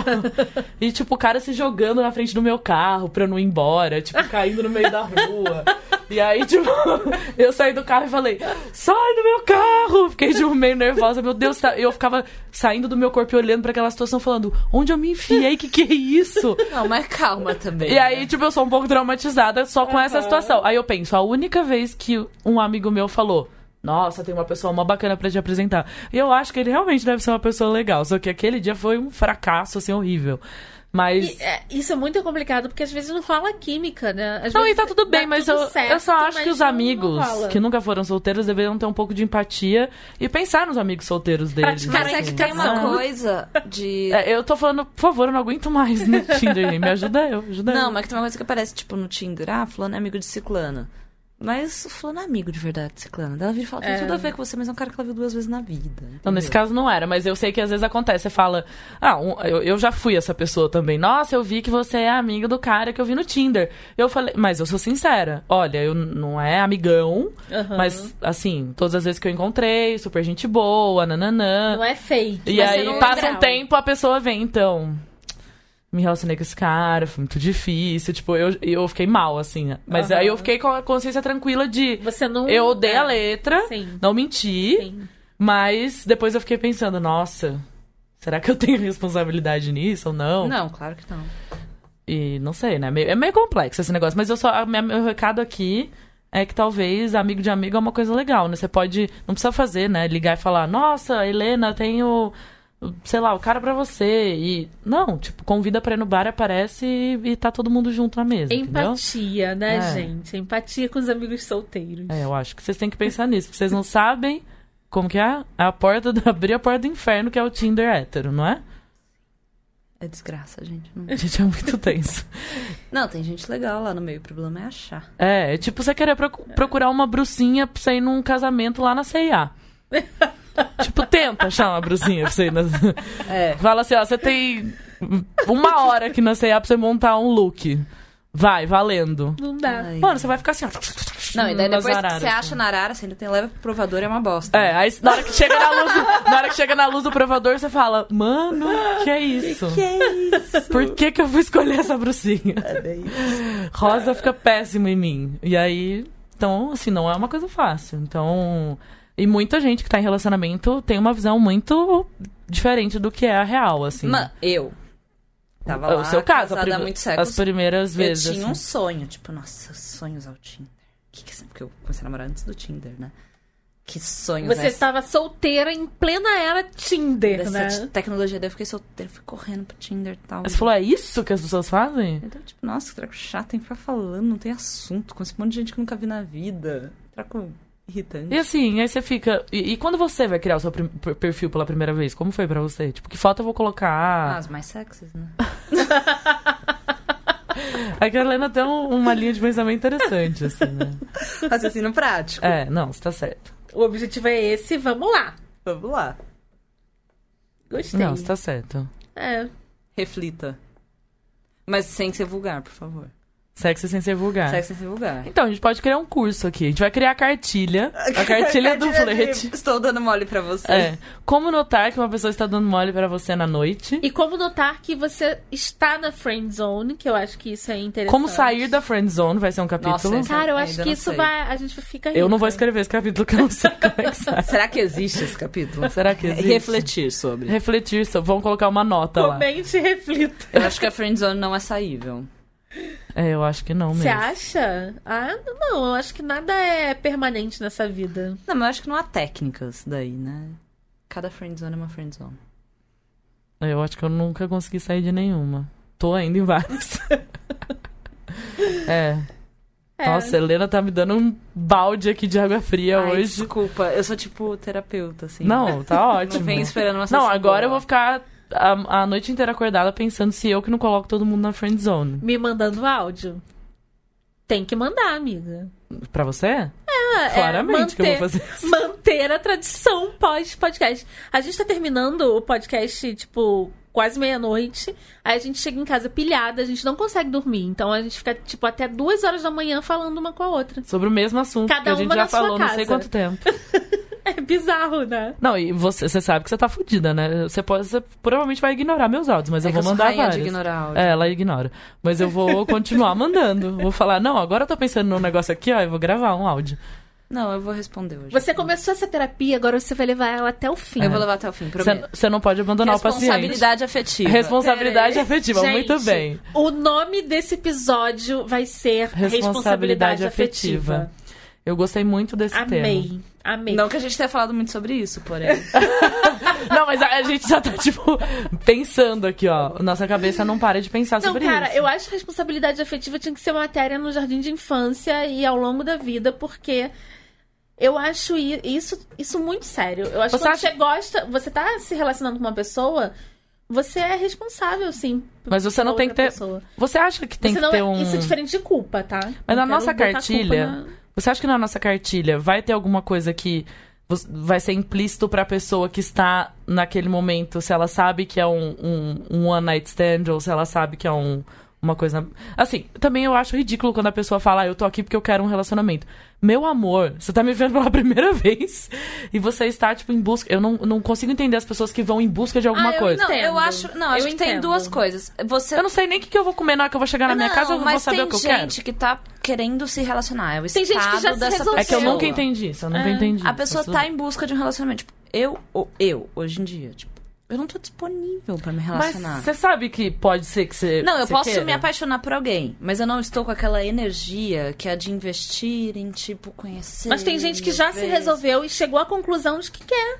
e, tipo, o cara se jogando na frente do meu carro pra eu não ir embora, tipo, caindo no meio da rua. E aí, tipo, (laughs) eu saí do carro e falei, sai do meu carro! Fiquei, tipo, meio nervosa, meu Deus, tá- eu ficava saindo do meu corpo e olhando pra aquela situação, falando, onde eu me enfiei, que que é isso? Não, mas calma também. (laughs) E né? aí, tipo, eu sou um pouco traumatizada só com essa situação. Aí eu penso, a única vez que um amigo meu falou. Nossa, tem uma pessoa mó bacana pra te apresentar. E eu acho que ele realmente deve ser uma pessoa legal. Só que aquele dia foi um fracasso, assim, horrível. Mas. E, é, isso é muito complicado, porque às vezes não rola química, né? Às não, e vezes tá tudo bem, dá mas tudo eu, certo, eu só acho mas que os não- não amigos rola. que nunca foram solteiros deveriam ter um pouco de empatia e pensar nos amigos solteiros deles. Praticar assim. Mas é que tem uma coisa de. É, eu tô falando, por favor, eu não aguento mais no (laughs) Tinder, gente. Me ajuda eu, ajuda eu. Não, mas que tem uma coisa que aparece, tipo, no Tinder. Ah, fulano é amigo de é ciclano. Mas o fulano é amigo de verdade, ciclana. Daí Ela vira e fala, tem É. tudo a ver com você, mas é um cara que ela viu duas vezes na vida. Não, nesse caso não era, mas eu sei que às vezes acontece. Você fala, ah, um- eu, eu já fui essa pessoa também. Nossa, eu vi que você é amiga do cara que eu vi no Tinder. Eu falei, mas eu sou sincera. Olha, eu n- não é amigão, Aham. mas assim, todas as vezes que eu encontrei, super gente boa, nananã. Não é fake. ah, e mas aí você não é passa lembra. um tempo, a pessoa vem, então. Me relacionei com esse cara, foi muito difícil. Tipo, eu, eu fiquei mal, assim. Mas Aham. aí eu fiquei com a consciência tranquila de. Você não. Eu odeio a é, letra, Sim. não menti. sim. Mas depois eu fiquei pensando, nossa, será que eu tenho (laughs) responsabilidade nisso ou não? Não, claro que não. E não sei, né? Meio- é meio complexo esse negócio. Mas eu só. a minha- meu recado aqui é que talvez amigo de amigo é uma coisa legal, né? Você pode. Não precisa fazer, né? Ligar e falar, nossa, Helena, tenho. Sei lá, o cara pra você. E. Não, tipo, convida pra ir no bar, aparece e, e tá todo mundo junto na mesa. Entendeu? Empatia, né, É. gente? Empatia com os amigos solteiros. É, eu acho que vocês têm que pensar nisso, porque vocês não sabem como que é a porta do, (laughs) abrir a porta do inferno, que é o Tinder hétero, não é? É desgraça, gente. Não, A (laughs) gente é muito tenso. não tem gente legal lá no meio, o problema é achar. É, é tipo você querer procu- procurar uma brucinha pra você ir num casamento lá na (laughs) CIA. tipo, tenta achar uma brucinha pra você ir na... (laughs) É. Fala assim, ó, você tem uma hora aqui na CIA pra você montar um look. Vai, valendo. Não dá. Ai. Mano, você vai ficar assim, ó. Não, e daí nas depois que araras, você assim. acha na arara, você ainda tem leva pro provador, é uma bosta. É, aí na hora que chega na luz, na hora que chega na luz do provador, você fala, mano, que é isso? (laughs) Que isso? Por que, que eu vou escolher essa brucinha? Rosa fica péssimo em mim. E aí, então, assim, não é uma coisa fácil. Então, e muita gente que tá em relacionamento tem uma visão muito diferente do que é a real, assim. Ma- eu. Tava É lá, o seu caso, a casada há prime- muitos as séculos. primeiras Eu vezes. tinha um assim. sonho, tipo, nossa, sonhos ao Tinder. Que que é isso? Porque eu comecei a namorar antes do Tinder, né? Que sonhos Você é tá essa? estava solteira em plena era Tinder, dessa né? te- tipo tecnologia. Daí eu fiquei solteira, fui correndo pro Tinder e tal. Você falou, é isso que as pessoas fazem? Então, tipo, nossa, que treco chato, tem que ficar falando, não tem assunto, com esse monte de gente que eu nunca vi na vida. Treco irritante. E assim, aí você fica. E, e quando você vai criar o seu prim- per- perfil pela primeira vez? Como foi pra você? Tipo, que foto eu vou Ah, colocar? as mais sexys, né? (laughs) Aí que a Helena tem um- uma linha de pensamento interessante, assim, (laughs) né? Assassino prático. É, não, você tá certo. O objetivo é esse, vamos lá. Vamos lá. Gostei. Não, você tá certo. É. Reflita. Mas sem ser vulgar, por favor. Sexo sem ser vulgar. Sexo sem ser vulgar. Então, a gente pode criar um curso aqui. A gente vai criar a cartilha. A cartilha do flerte. Estou dando mole pra você. É. Como notar que uma pessoa está dando mole pra você na noite. E como notar que você está na friend zone, que eu acho que isso é interessante. Como sair da friend zone vai ser um capítulo. Nossa, Cara, eu Eu acho ainda que não isso sei. vai. A gente fica rica. eu não vou escrever esse capítulo que eu não sei como é que sai. Será que existe esse (laughs) capítulo? Será que existe? Refletir sobre. Refletir, só- vamos colocar uma nota lá. Comente e reflita. Eu acho que a friendzone não é saível. É, eu acho que não mesmo. Você acha? Ah, não, eu acho que nada é permanente nessa vida. Não, mas eu acho que não há técnicas daí, né? Cada friendzone é uma friendzone. Eu acho que eu nunca consegui sair de nenhuma. Tô ainda em várias. é. É. Nossa, a Helena tá me dando um balde aqui de água fria Ai, hoje. Desculpa, eu sou tipo terapeuta, assim. Não, tá ótimo. (laughs) Não vem esperando uma Não, sessão agora eu vou boa. ficar a, a noite inteira acordada pensando se eu que não coloco todo mundo na friend zone. Me mandando áudio. Tem que mandar, amiga. Pra você? Ah, é, Claramente que eu vou manter- fazer. (laughs) manter a tradição pós-podcast. A gente tá terminando o podcast, tipo, quase meia-noite. Aí a gente chega em casa pilhada, a gente não consegue dormir. Então a gente fica, tipo, até duas horas da manhã falando uma com a outra. Sobre o mesmo assunto Cada que a gente uma já na sua falou, não sei casa. quanto tempo. (laughs) É bizarro, né? Não, e você, você sabe que você tá fudida, né? Você, pode, você provavelmente vai ignorar meus áudios, mas É eu que vou sou mandar rainha de vários. ignorar áudio. É, ela ignora. Mas eu vou continuar mandando. Vou falar, não, agora eu tô pensando num negócio aqui, ó, eu vou gravar um áudio. Não, eu vou responder hoje. Você começou essa terapia, agora você vai levar ela até o fim. Eu vou levar até o fim, Você é prometo. você não pode abandonar o paciente. Responsabilidade afetiva. Responsabilidade Pera aí. afetiva, É. Gente, muito bem. O nome desse episódio vai ser Responsabilidade, Responsabilidade Afetiva. afetiva. Eu gostei muito desse tema. Amei. Amei. Não que a gente tenha falado muito sobre isso, (laughs) porém. Não, mas a, a gente já tá, tipo, pensando aqui, ó. Nossa cabeça não para de pensar Não, sobre cara, isso. eu acho que responsabilidade afetiva tinha que ser matéria no jardim de infância e ao longo da vida, porque eu acho i- isso, isso muito sério. Eu acho que Você quando acha- você gosta, você tá se relacionando com uma pessoa, você é responsável, sim. por Mas você não outra tem que ter- Pessoa. Você acha que tem Você que não ter é- um... Isso é diferente de culpa, tá? Não Mas na quero nossa botar cartilha, culpa na- Você acha que na nossa cartilha vai ter alguma coisa que vos- vai ser implícito pra pessoa que está naquele momento, se ela sabe que é um, um, um one night stand ou se ela sabe que é um, uma coisa. Assim, também eu acho ridículo quando a pessoa fala, ah, eu tô aqui porque eu quero um relacionamento. Meu amor, você tá me vendo pela (laughs) primeira vez e você está, tipo, em busca. Eu não, não consigo entender as pessoas que vão em busca de alguma Ah, eu coisa. Não, eu Entendo. acho. Não, acho Eu que tem entendo. duas coisas. Você. Eu não sei nem o que, que eu vou comer na hora que eu vou chegar na minha Não, casa, eu vou mas saber tem o que eu quero. gente que tá querendo se relacionar. É o Tem gente que estado já se dessa resolveu. pessoa. É que eu nunca entendi isso, eu nunca É. entendi. A pessoa isso. tá em busca de um relacionamento. Tipo, eu, ou eu, hoje em dia, tipo, eu não tô disponível pra me Mas relacionar. você sabe que pode ser que você. Não, eu você posso queira? me apaixonar por alguém, mas eu não estou com aquela energia que é de investir em, tipo, conhecer. Mas tem gente que já se ver. resolveu e chegou à conclusão de que quer,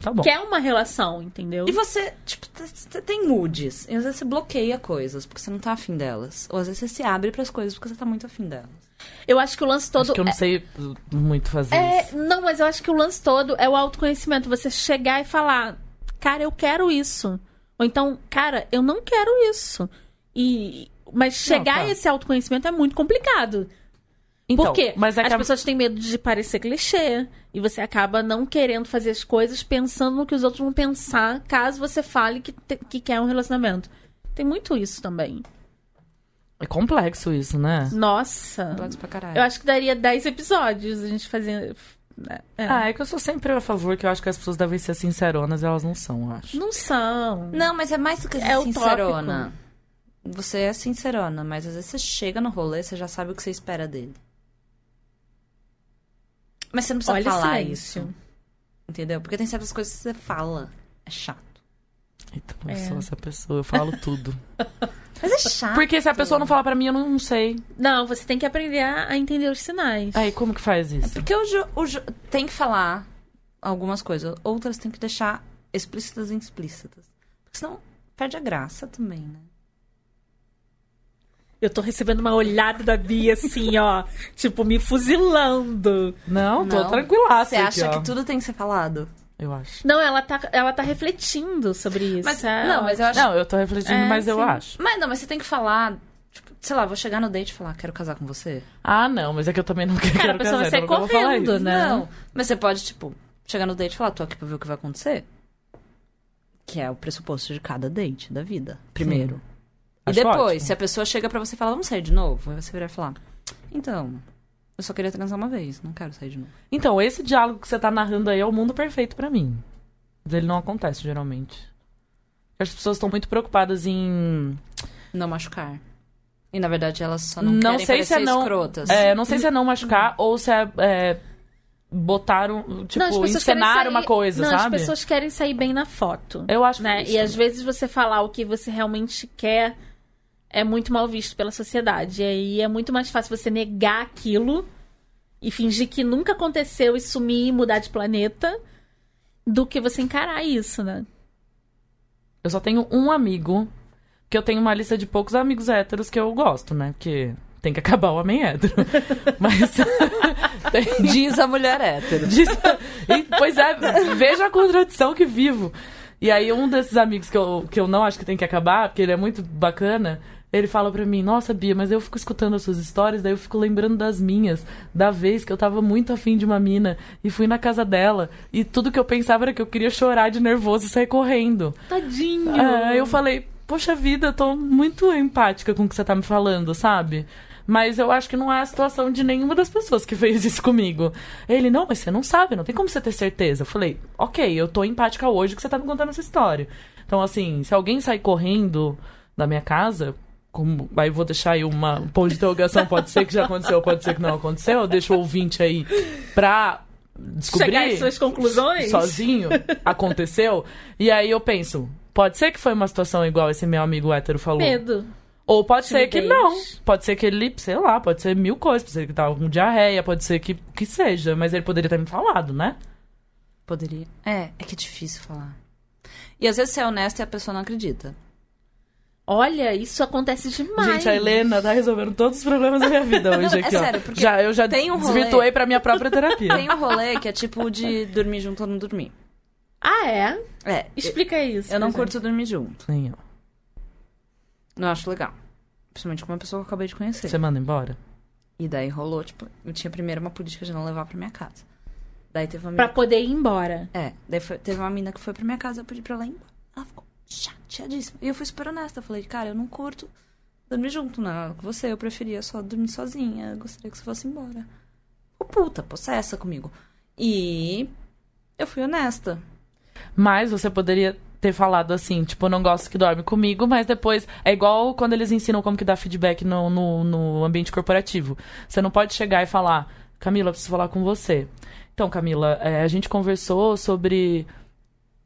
Tá bom. quer uma relação, entendeu? E você, tipo, t- você tem moods. E às vezes você bloqueia coisas porque você não tá afim delas. Ou às vezes você se abre pras coisas porque você tá muito afim delas. Eu acho que o lance todo Acho que eu não sei muito fazer É, isso. não, mas eu acho que o lance todo é o autoconhecimento. Você chegar e falar, cara, eu quero isso. Ou então, cara, eu não quero isso. E mas chegar tá. a esse autoconhecimento é muito complicado. Então, Por quê? Mas é As que a- pessoas têm medo de parecer clichê. E você acaba não querendo fazer as coisas pensando no que os outros vão pensar caso você fale que, te- que quer um relacionamento. Tem muito isso também. é complexo isso, né? Nossa. Complexo pra caralho. Ah. Eu acho que daria 10 episódios a gente fazer. É. Ah, é que eu sou sempre a favor que eu acho que as pessoas devem ser sinceronas, elas não são, eu acho. Não são. Não, mas é mais do que ser É utópico. sincerona. Você é sincerona, mas às vezes você chega no rolê, você já sabe o que você espera dele. Mas você não precisa Olha o falar silêncio. isso. Entendeu? Porque tem certas coisas que você fala. É chato. Então, eu sou É. essa pessoa, eu falo (laughs) tudo. Mas é chato. Porque se a pessoa não falar pra mim, eu não sei. Não, você tem que aprender a, a entender os sinais. Aí, como que faz isso? Porque o, jo- o jo- tem que falar algumas coisas, outras tem que deixar explícitas e implícitas. Porque senão perde a graça também, né? Eu tô recebendo uma olhada da Bia, assim, ó. tipo, me fuzilando. Não, tô Não. tranquilaça Você aqui, acha ó. que tudo tem que ser falado? Eu acho. Não, ela tá, ela tá refletindo sobre isso. Mas, é, não, mas eu acho. Não, eu tô refletindo, É, mas eu sim. acho. Mas não, mas você tem que falar. Tipo, sei lá, vou chegar no date e falar, quero casar com você. Ah, não, mas é que eu também não (laughs) quero Cara, a pessoa vai casar, sair então eu não vou falar correndo, isso. né? Não. Mas você pode, tipo, chegar no date e falar, tô aqui pra ver o que vai acontecer. Que é o pressuposto de cada date da vida. Primeiro. E Acho depois, ótimo. se a pessoa chega pra você e fala, vamos sair de novo, aí você virar e falar, então, eu só queria transar uma vez, não quero sair de novo. Então, esse diálogo que você tá narrando aí é o mundo perfeito pra mim. Mas ele não acontece, geralmente. As pessoas estão muito preocupadas em. Não machucar. E na verdade elas só não, Não, querem sei se parecer é não. escrotas. É, não (laughs) sei se é não machucar ou se é. é botar um. Tipo, Uhum. Não, as pessoas querem encenar sair- uma coisa, não, sabe? as pessoas querem sair bem na foto. Eu acho né? que. é E às vezes você falar o que você realmente quer é muito mal visto pela sociedade. E aí é muito mais fácil você negar aquilo e fingir que nunca aconteceu e sumir e mudar de planeta do que você encarar isso, né? Eu só tenho um amigo, que eu tenho uma lista de poucos amigos héteros que eu gosto, né? Porque tem que (laughs) acabar o (laughs) homem hétero. Mas. (laughs) tem- Diz a mulher hétero. Diz- E, pois é, veja a contradição que vivo. E aí, um desses amigos que eu, que eu não acho que tem que acabar, porque ele é muito bacana, ele fala pra mim: Nossa, Bia, mas eu fico escutando as suas histórias, daí eu fico lembrando das minhas, da vez que eu tava muito afim de uma mina e fui na casa dela, e tudo que eu pensava era que eu queria chorar de nervoso e sair correndo. Tadinho. Ah, eu falei, poxa vida, eu tô muito empática com o que você tá me falando, sabe? Mas eu acho que não é a situação de nenhuma das pessoas que fez isso comigo. Ele, não, mas você não sabe, não tem como você ter certeza. Eu falei, ok, eu tô empática hoje que você tá me contando essa história. Então, assim, se alguém sair correndo da minha casa, como, aí eu vou deixar aí uma um ponto de interrogação, pode ser que já aconteceu, pode ser que não aconteceu, eu deixo o ouvinte aí pra descobrir Chegar às suas conclusões. (laughs) sozinho, aconteceu. E aí eu penso, pode ser que foi uma situação igual esse meu amigo hétero falou. Medo. Ou pode ser que Timidez. não. Pode ser que ele, sei lá, pode ser mil coisas. Pode ser que tava com diarreia, pode ser que, que seja. Mas ele poderia ter me falado, né? Poderia. É, é que é difícil falar. E às vezes você é honesto e a pessoa não acredita. Olha, isso acontece demais. Gente, a Helena tá resolvendo todos os problemas da minha vida hoje (laughs) É aqui, ó. sério, porque já, eu já tem um rolê- desvirtuei pra minha própria terapia. Tem um rolê que é tipo de dormir junto ou não dormir. Ah, é? É. Explica isso. Eu não pra gente. curto dormir junto. Sim, ó. Não acho legal. Principalmente com uma pessoa que eu acabei de conhecer. Você manda embora? E daí rolou, tipo, eu tinha primeiro uma política de não levar pra minha casa. Daí teve uma Pra mina. poder ir embora. É, daí foi- teve uma mina que foi pra minha casa, eu pedi pra ela ir embora. Ela ficou chateadíssima. E eu fui super honesta. Eu falei, cara, eu não curto dormir junto, não. Com você, eu preferia só dormir sozinha. Eu gostaria que você fosse embora. Ficou puta, possessa comigo. E eu fui honesta. Mas você poderia ter falado assim, tipo, não gosto que dorme comigo, mas depois. É igual quando eles ensinam como que dá feedback no, no, no ambiente corporativo. Você não pode chegar e falar, Camila, eu preciso falar com você. Então, Camila, é, a gente conversou sobre.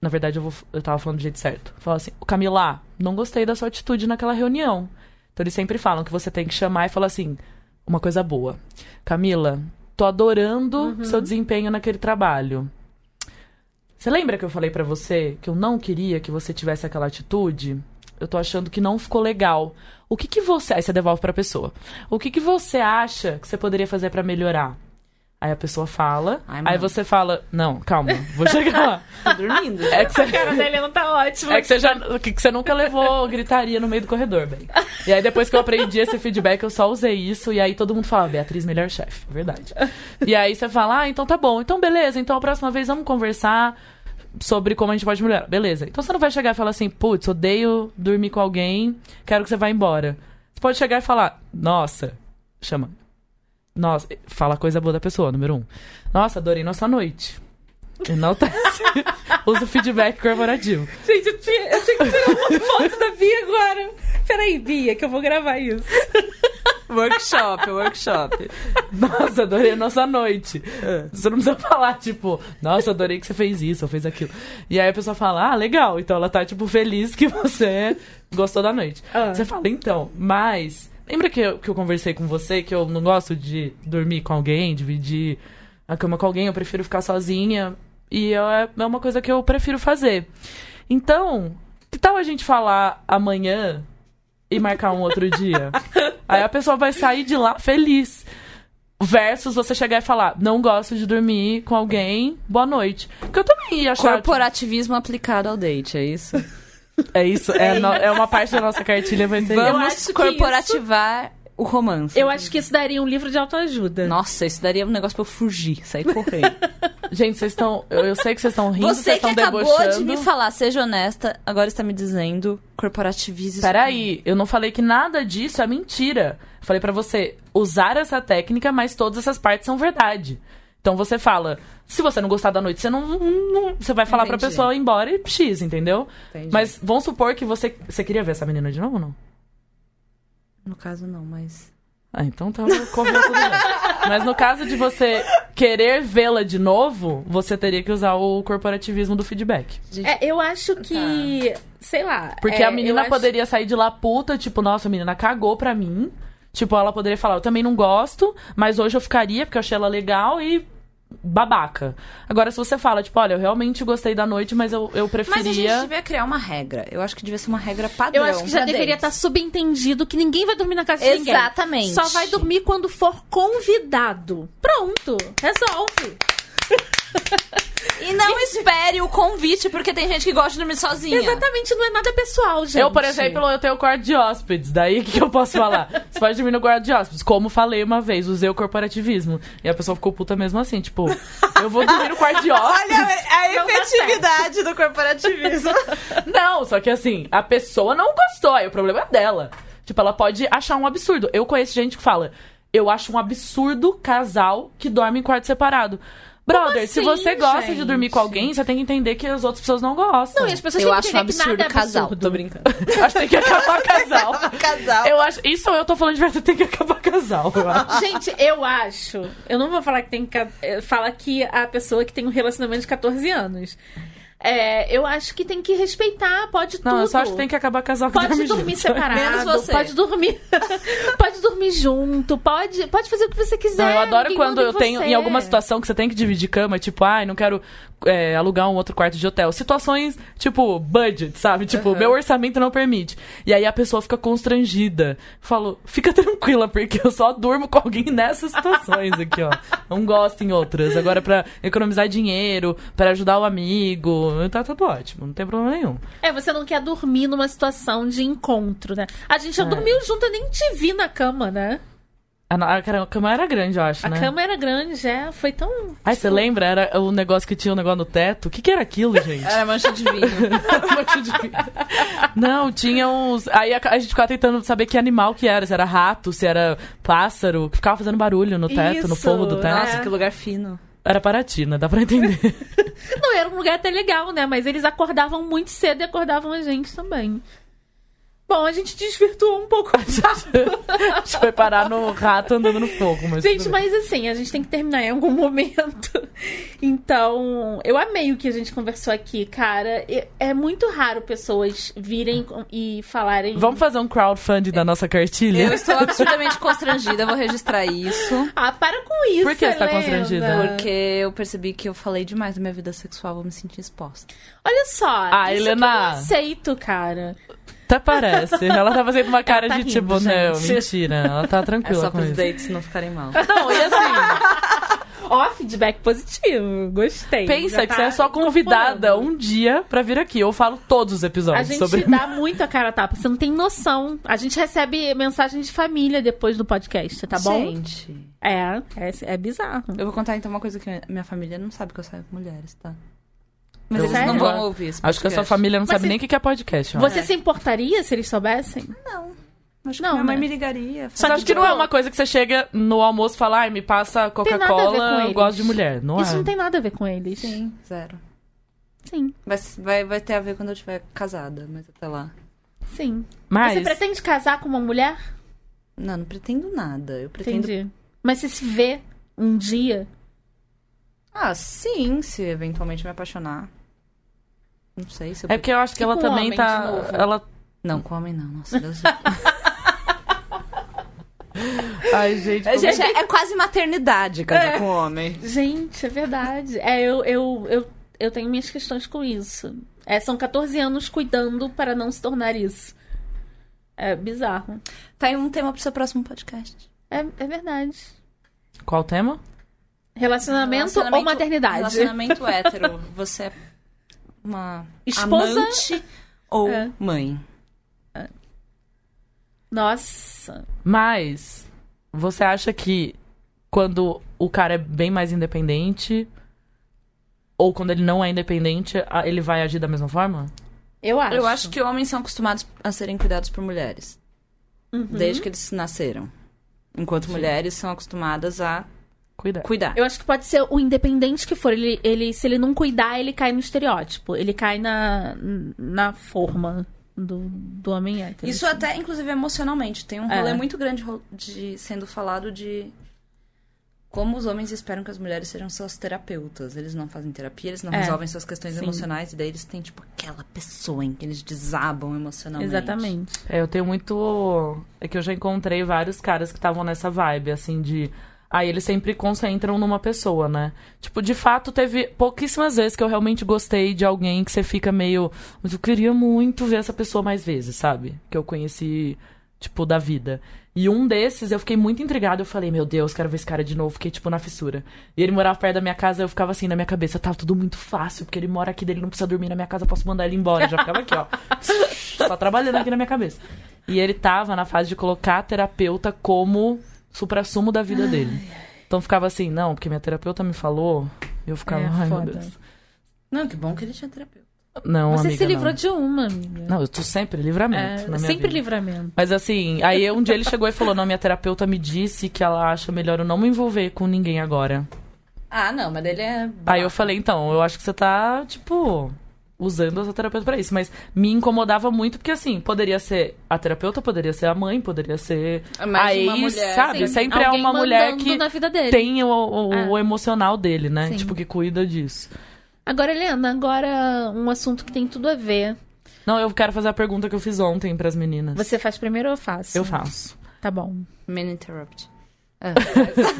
Na verdade, eu, vou, eu tava falando do jeito certo. Fala assim, Camila, não gostei da sua atitude naquela reunião. Então eles sempre falam que você tem que chamar e falar assim, uma coisa boa. Camila, tô adorando Uhum. seu desempenho naquele trabalho. Você lembra que eu falei pra você que eu não queria que você tivesse aquela atitude? Eu tô achando que não ficou legal. O que que você. Aí você devolve pra pessoa. O que que você acha que você poderia fazer pra melhorar? Aí a pessoa fala. Ai, aí mãe. você fala: Não, calma, vou chegar (laughs) lá. Tô dormindo. É que você, A cara da Helena tá ótima. é que você, já, que você nunca levou gritaria no meio do corredor, bem. E aí, depois que eu aprendi esse feedback, eu só usei isso. E aí, todo mundo fala, Beatriz, melhor chefe. é Verdade. E aí, você fala, ah, então tá bom. Então, beleza. Então, a próxima vez, vamos conversar sobre como a gente pode melhorar. Beleza. Então, você não vai chegar e falar assim, putz, odeio dormir com alguém. Quero que você vá embora. Você pode chegar e falar, nossa, chama. Nossa, fala coisa boa da pessoa, número um. Nossa, adorei nossa noite. Enaltece. (laughs) Usa o feedback corporativo. Gente, eu tinha, eu tinha que tirar (laughs) uma foto da Bia agora. Peraí, Bia, que eu vou gravar isso. workshop, workshop. (laughs) Nossa, adorei a nossa noite. Você não precisa falar, tipo, nossa, adorei que você fez isso ou fez aquilo. E aí a pessoa fala, ah, legal. Então ela tá, tipo, feliz que você gostou da noite. Ah. Você fala, então, mas. Lembra que eu, que eu conversei com você que eu não gosto de dormir com alguém, dividir a cama com alguém, eu prefiro ficar sozinha. E eu- é é uma coisa que eu prefiro fazer. Então, que tal a gente falar amanhã e marcar um outro dia? Aí a pessoa vai sair de lá feliz. Versus você chegar e falar, não gosto de dormir com alguém, boa noite. Porque eu também ia achar. Corporativismo aplicado ao date, é isso? É isso, é, no- é uma parte da nossa cartilha, vai ser isso. Vamos acho que corporativar o romance. Eu acho que isso daria um livro de autoajuda. Nossa, isso daria um negócio pra eu fugir, sair correndo. Gente, vocês estão. Eu, eu sei que vocês estão rindo, vocês Você que estão acabou debochando. de me falar, seja honesta, agora está me dizendo corporativize isso. Peraí, eu não falei que nada disso é mentira. Eu Falei pra você usar essa técnica, mas todas essas partes são verdade. Então você fala, se você não gostar da noite, você não, não- não- você vai falar pra Entendi. pessoa ir embora e x, entendeu? Entendi. Mas vamos supor que você você queria ver essa menina de novo ou não? No caso, não, mas. Ah, então tá, correu tudo bem. Mas no caso de você querer vê-la de novo, você teria que usar o corporativismo do feedback. É, eu acho que. Sei lá. Tá. Porque é, a menina eu acho- poderia sair de lá puta, tipo, nossa, a menina cagou pra mim. Tipo, ela poderia falar, eu também não gosto, mas hoje eu ficaria porque eu achei ela legal e babaca. Agora, se você fala, tipo, olha, eu realmente gostei da noite, mas eu, eu Mas a gente preferia. devia criar uma regra. Eu acho que devia ser uma regra padrão. Eu acho que já pra deveria estar dates. subentendido que ninguém vai dormir na casa de ninguém. Exatamente. Só vai dormir quando for convidado. Pronto, resolve. E não espere o convite, porque tem gente que gosta de dormir sozinha. Exatamente, não é nada pessoal, gente. Eu, por exemplo, eu tenho o quarto de hóspedes. Daí o que, que eu posso falar? Você pode dormir no quarto de hóspedes. Como falei uma vez, usei o corporativismo. E a pessoa ficou puta mesmo assim, tipo, eu vou dormir no quarto de hóspedes. é a efetividade do (laughs) corporativismo. Não, só que assim, a pessoa não gostou, aí o problema é dela. Tipo, ela pode achar um absurdo. Eu conheço gente que fala, eu acho um absurdo casal que dorme em quarto separado. Brother, se assim, você gosta de gente? dormir com alguém, você tem que entender que as outras pessoas não gostam. Não, e as pessoas Eu têm que acho um entender que absurdo nada é casal. absurdo. Tô brincando. (laughs) Acho que tem que acabar casal. Casal. Eu acho, isso eu tô falando de verdade, tem que acabar casal, eu acho. (laughs) Gente, eu acho. Eu não vou falar que tem. ca- eh, Falar que a pessoa que tem um relacionamento de 14 anos. É, eu acho que tem que respeitar, pode Não, tudo. eu só acho que tem que acabar casal que Pode dorme dormir junto. separado, Menos você. pode dormir, (laughs) pode dormir junto, pode, pode fazer o que você quiser. Não, eu adoro É, ninguém quando manda eu tenho, você. em alguma situação que você tem que dividir cama, tipo, ai, não quero é, alugar um outro quarto de hotel. Situações, tipo, budget, sabe? Tipo, meu orçamento não permite. E aí a pessoa fica constrangida. Falo, fica (laughs) tranquila, porque eu só durmo com alguém nessas situações aqui, ó. Não gosto em outras. Agora, pra economizar dinheiro, pra ajudar o amigo, tá tudo ótimo, não tem problema nenhum. É, você não quer dormir numa situação de encontro, né? A gente já É. dormiu junto, eu nem te vi na cama, né? A, na- a cara- a cama era grande, eu acho, A né? cama um era grande, já. Foi tão. Ai, você lembra? Era o negócio que tinha um negócio no teto. O que, que era aquilo, gente? Era É, mancha de vinho. Não, tinha uns. Aí a, a gente ficava tentando saber que animal que era, se era rato, se era pássaro, que ficava fazendo barulho no teto, no Isso, forro do teto. né? Nossa, que lugar fino. Era Paratina, dá pra (laughs) entender. Não, era um lugar até legal, né? Mas eles acordavam muito cedo e acordavam a gente também. Bom, a gente desvirtuou um (laughs) pouco. a gente foi parar no rato andando no fogo, mas. Gente, tudo bem. mas assim, a gente tem que terminar em algum momento. (laughs) Então, eu amei o que a gente conversou aqui, cara. E- É muito raro pessoas virem com- e falarem. Vamos fazer um crowdfunding da nossa cartilha? Eu estou absurdamente constrangida, vou registrar isso. Ah, para com isso, Por que você Helena. tá Ah. constrangida? Porque eu percebi que eu falei demais da minha vida sexual, vou me sentir exposta. Olha só. Ah, isso Helena. que eu não aceito, cara. Até parece. Ela tá fazendo uma cara tá de rindo, tipo, (laughs) não, gente. mentira. Ela tá É tranquila só com pros isso. dates não ficarem mal. Não, e assim, (laughs) Ó, feedback positivo. Gostei. Já pensa que tá você é só convidada incorporando. um dia pra vir aqui. Eu falo todos os A episódios gente sobre dá muito a cara a tapa. Você não tem noção. A gente recebe mensagem de família depois do podcast, tá bom? Gente, É, é, é bizarro. eu vou contar então uma coisa que minha família não sabe que eu saio com mulheres, tá? Mas é Eu- eles Sério? não vão ouvir (laughs) isso. Acho que a sua família não Mas sabe se- nem o que que é podcast. Você... Você se importaria se eles soubessem? Acho que Não, minha mãe né? me ligaria. Só que, tipo, não é uma coisa que você chega no almoço e fala, ai, me passa nada a ver com Coca-Cola, eu eles. gosto de mulher. Não Isso é. não tem nada a ver com eles. Sim, zero. Sim, Vai, vai, vai ter a ver quando eu estiver casada, mas até lá. sim. Mas. Você pretende casar com uma mulher? Não, não pretendo nada. Eu pretendo. Entendi. Mas você se vê um dia? Ah, sim, se eventualmente me apaixonar. Não sei se eu. É porque eu acho E que ela com também um homem, de tá. novo? Ela. Não, com homem não. Nossa, Deus. Ai, gente. como- Gente, é, é quase maternidade casar com homem. Gente, é verdade. É, eu, eu, eu, eu tenho minhas questões com isso. É, são 14 anos cuidando para não se tornar isso. É bizarro. Tá aí um tema pro seu próximo podcast. É, é verdade. Qual o tema? Relacionamento, ou maternidade? (laughs) Relacionamento hétero. Você é uma Esposa- amante ou É. mãe? Nossa. Mas. Você acha que quando o cara é bem mais independente. Ou quando ele não é independente, a- ele vai agir da mesma forma? Eu acho. Eu acho que homens são acostumados a serem cuidados por mulheres. Uhum. Desde que eles nasceram. Enquanto mulheres são acostumadas a Cuidado. cuidar. Eu acho que pode ser o independente que for. Ele, ele, se ele não cuidar, ele cai no estereótipo. Ele cai na, na forma do, do homem hétero. Isso assim. até, inclusive, emocionalmente. Tem um É. rolê muito grande ro- de sendo falado de como os homens esperam que as mulheres sejam suas terapeutas. Eles não fazem terapia, eles não É. resolvem suas questões Sim. emocionais. E daí eles têm, tipo, aquela pessoa em que eles desabam emocionalmente. Exatamente. É, eu tenho muito. É que eu já encontrei vários caras que estavam nessa vibe, assim, de. Aí eles sempre concentram numa pessoa, né? Tipo, de fato, teve pouquíssimas vezes que eu realmente gostei de alguém que você fica meio. Mas eu queria muito ver essa pessoa mais vezes, sabe? Que eu conheci, tipo, da vida. E um desses, eu fiquei muito intrigada. Eu falei, meu Deus, quero ver esse cara de novo. Fiquei, tipo, na fissura. E ele morava perto da minha casa. Eu ficava assim, na minha cabeça, tá tudo muito fácil. Porque ele mora aqui, dele não precisa dormir na minha casa. eu Posso mandar ele embora. Eu já ficava aqui, ó. (laughs) Só trabalhando aqui na minha cabeça. E ele tava na fase de colocar a terapeuta como suprassumo da vida dele. Então ficava assim, não, porque minha terapeuta me falou. E eu ficava, É, ai, foda. meu Deus. Não, que bom que ele tinha terapeuta. Não, Você amiga, se livrou não. de uma, amiga. Não, eu tô sempre livramento. É, na minha sempre vida. livramento. Mas assim, aí um dia ele chegou e falou: Não, minha terapeuta me disse que ela acha melhor eu não me envolver com ninguém agora. Ah, não, mas ele é... Aí eu falei: Então, eu acho que você tá, tipo, usando essa terapeuta pra isso. Mas me incomodava muito, porque assim, poderia ser a terapeuta, poderia ser a mãe, poderia ser. É Mais aí, uma mulher, sabe? sim. Sempre é assim, Alguém uma mulher mandando que na vida dele. É. tem o, o- o emocional dele, né? Sim. Tipo, que cuida disso. Agora, Helena, agora um assunto que tem tudo a ver. Não, eu quero fazer a pergunta que eu fiz ontem pras meninas. Você faz primeiro ou eu faço? Eu faço. Tá bom. Men interrupt.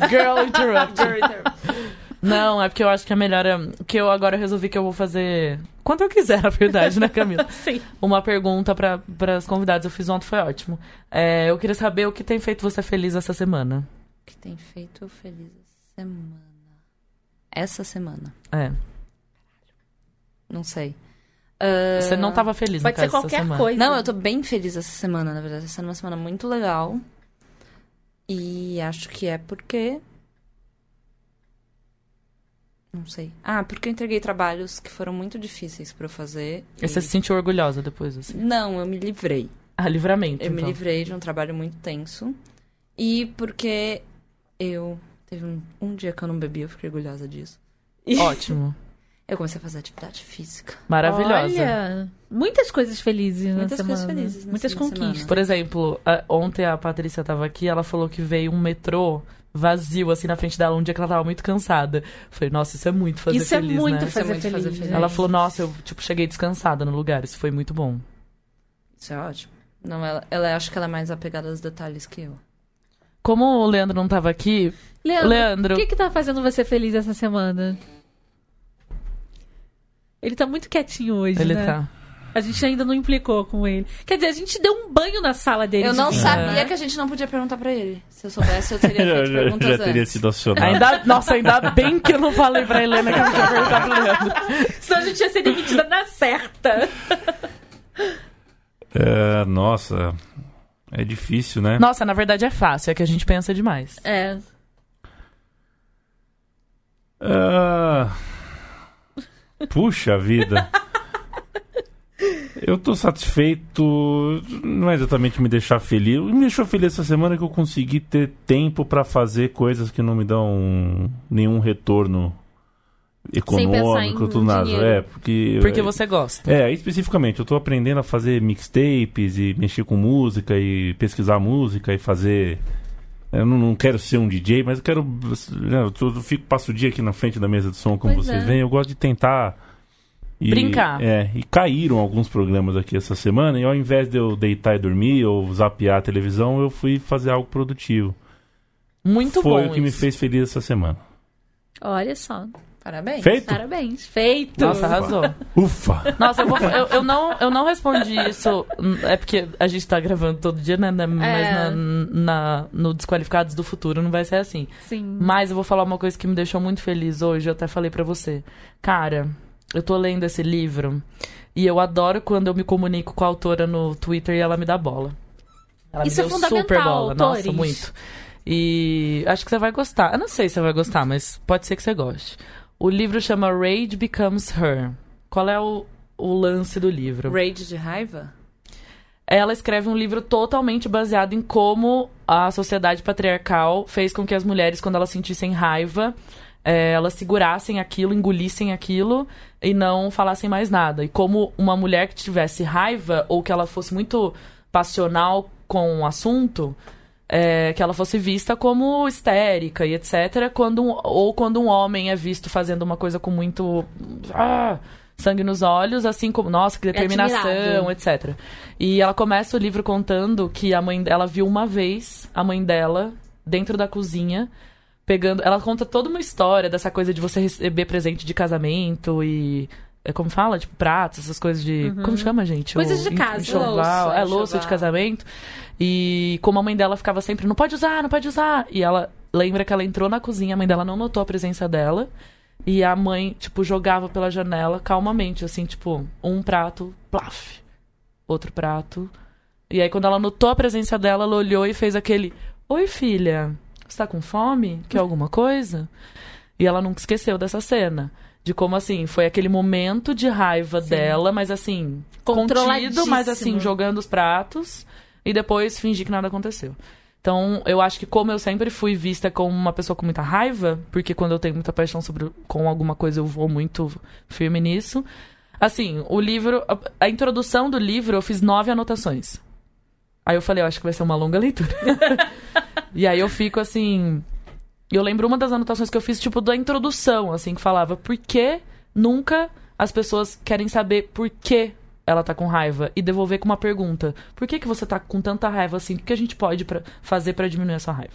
Girl interrupt. Não, é porque eu acho que a melhor é. Que eu agora resolvi que eu vou fazer. Quando eu quiser, na verdade, né, (laughs) Camila? Sim. Uma pergunta para as convidadas. Eu fiz ontem, foi ótimo. É, eu queria saber o que tem feito você feliz essa semana. (laughs) que tem feito eu feliz essa semana. Essa semana. É. Não sei. Você não tava feliz, Pode ser no caso, essa qualquer semana. coisa. Não, eu tô bem feliz essa semana, na verdade. Essa é uma semana muito legal. E acho que é porque. Não sei. Ah, porque eu entreguei trabalhos que foram muito difíceis pra eu fazer. E Você e- é se sentiu orgulhosa depois, assim? Não, eu me livrei. Ah, livramento, Eu me então. livrei de um trabalho muito tenso. E porque eu. Teve um, um dia que eu não bebi, eu fiquei orgulhosa disso. E Ótimo. eu comecei a fazer atividade física. Maravilhosa. Olha, muitas coisas felizes Muitas na coisas semana. felizes nesse muitas fim de semana. conquistas. Por exemplo, a- ontem a Patrícia tava aqui, ela falou que veio um metrô vazio, assim, na frente dela, um dia que ela tava muito cansada. Falei, nossa, isso é muito fazer Isso feliz, é muito né? Isso é fazer muito fazer feliz. feliz. né? Ela falou, nossa, eu, tipo, cheguei descansada no lugar, isso foi muito bom. Isso é ótimo. Não, ela, ela acho que ela é mais apegada aos detalhes que eu. Como o Leandro não tava aqui, Leandro, Leandro. o que que tá fazendo você feliz essa semana? Ele tá muito quietinho hoje, ele né? tá. A gente ainda não implicou com ele. Quer dizer, a gente deu um banho na sala dele. Eu de não vinho, sabia é. né? que a gente não podia perguntar pra ele. Se eu soubesse, eu (laughs) teria feito perguntas já teria antes. sido acionado. Ainda, nossa, ainda bem que eu não falei pra Helena que eu não tinha perguntado pro Leandro. Senão a gente ia ser demitida na certa. É, nossa, é difícil, né? Nossa, na verdade é fácil, é que a gente pensa demais. É. Ah, puxa vida. Eu tô satisfeito, não é exatamente me deixar feliz. Me deixou feliz essa semana é que eu consegui ter tempo pra fazer coisas que não me dão nenhum retorno pensar em econômico, tudo nada. dinheiro. É, porque Porque você gosta. é, especificamente, eu tô aprendendo a fazer mixtapes e mexer com música e pesquisar música e fazer. Eu não, não quero ser um DJ, mas eu quero. né, Eu, tô- eu fico, passo o dia aqui na frente da mesa de som, como Pois vocês é. veem. Eu gosto de tentar. e- Brincar. É, e caíram alguns programas aqui essa semana, e ao invés de eu deitar e dormir ou zapear a televisão, eu fui fazer algo produtivo. Muito Foi bom. o que me isso. fez feliz essa semana. Olha só. É, Parabéns. Feito? Parabéns. Feito. Nossa, arrasou. (laughs) Ufa! Nossa, eu, vou- eu- eu não, eu não respondi isso. hum, É porque a gente tá gravando todo dia, né? né, Mas É. na- na- no Desqualificados do Futuro não vai ser assim. Sim. Mas eu vou falar uma coisa que me deixou muito feliz hoje. Eu até falei pra você. Cara, eu tô lendo esse livro e eu adoro quando eu me comunico com a autora no Twitter e ela me dá bola. Ela Isso é me deu fundamental, super bola. autores. Nossa, muito. E acho que você vai gostar. Eu não sei se você vai gostar, mas pode ser que você goste. O livro chama Rage Becomes Her. Qual é o, o lance do livro? Rage de raiva? ela escreve um livro totalmente baseado em como a sociedade patriarcal fez com que as mulheres, quando elas sentissem raiva, eh, elas segurassem aquilo, engolissem aquilo e não falassem mais nada. E como uma mulher que tivesse raiva ou que ela fosse muito passional com o assunto, eh, que ela fosse vista como histérica e etc. Quando um- ou quando um homem é visto fazendo uma coisa com muito ah, sangue nos olhos, assim como, nossa, que determinação, admirado. etc. Então, E ela começa o livro contando que a mãe dela viu uma vez a mãe dela dentro da cozinha pegando. Ela conta toda uma história dessa coisa de você receber presente de casamento e. é Como fala? Tipo, pratos, essas coisas de. Como chama, gente? Uhum. Coisas O de en- casa, enxoval. louça, é, louça de enxoval. casamento. E como a mãe dela ficava sempre, não pode usar, não pode usar. E ela lembra que ela entrou na cozinha, a mãe dela não notou a presença dela. E a mãe, tipo, jogava pela janela calmamente, assim, tipo, um prato, plaf, outro prato. E aí, quando ela notou a presença dela, ela olhou e fez aquele: Oi, filha, você tá com fome? Quer alguma coisa? E ela nunca esqueceu dessa cena. De como, assim, foi aquele momento de raiva dela, mas assim, contido, mas assim, Controladíssimo. jogando os pratos e depois fingir que nada aconteceu. Então, eu acho que como eu sempre fui vista como uma pessoa com muita raiva, porque quando eu tenho muita paixão sobre com alguma coisa eu vou muito firme nisso. Assim, o livro, a, a introdução do livro eu fiz nove anotações. Aí eu falei, eu acho que vai ser uma longa (laughs) leitura. e aí eu fico assim, e eu lembro uma das anotações que eu fiz, tipo, da introdução, assim, que falava por que nunca as pessoas querem saber por que ela tá com raiva e devolver com uma pergunta. Por que, que você tá com tanta raiva assim? O que a gente pode pra, fazer pra diminuir essa raiva?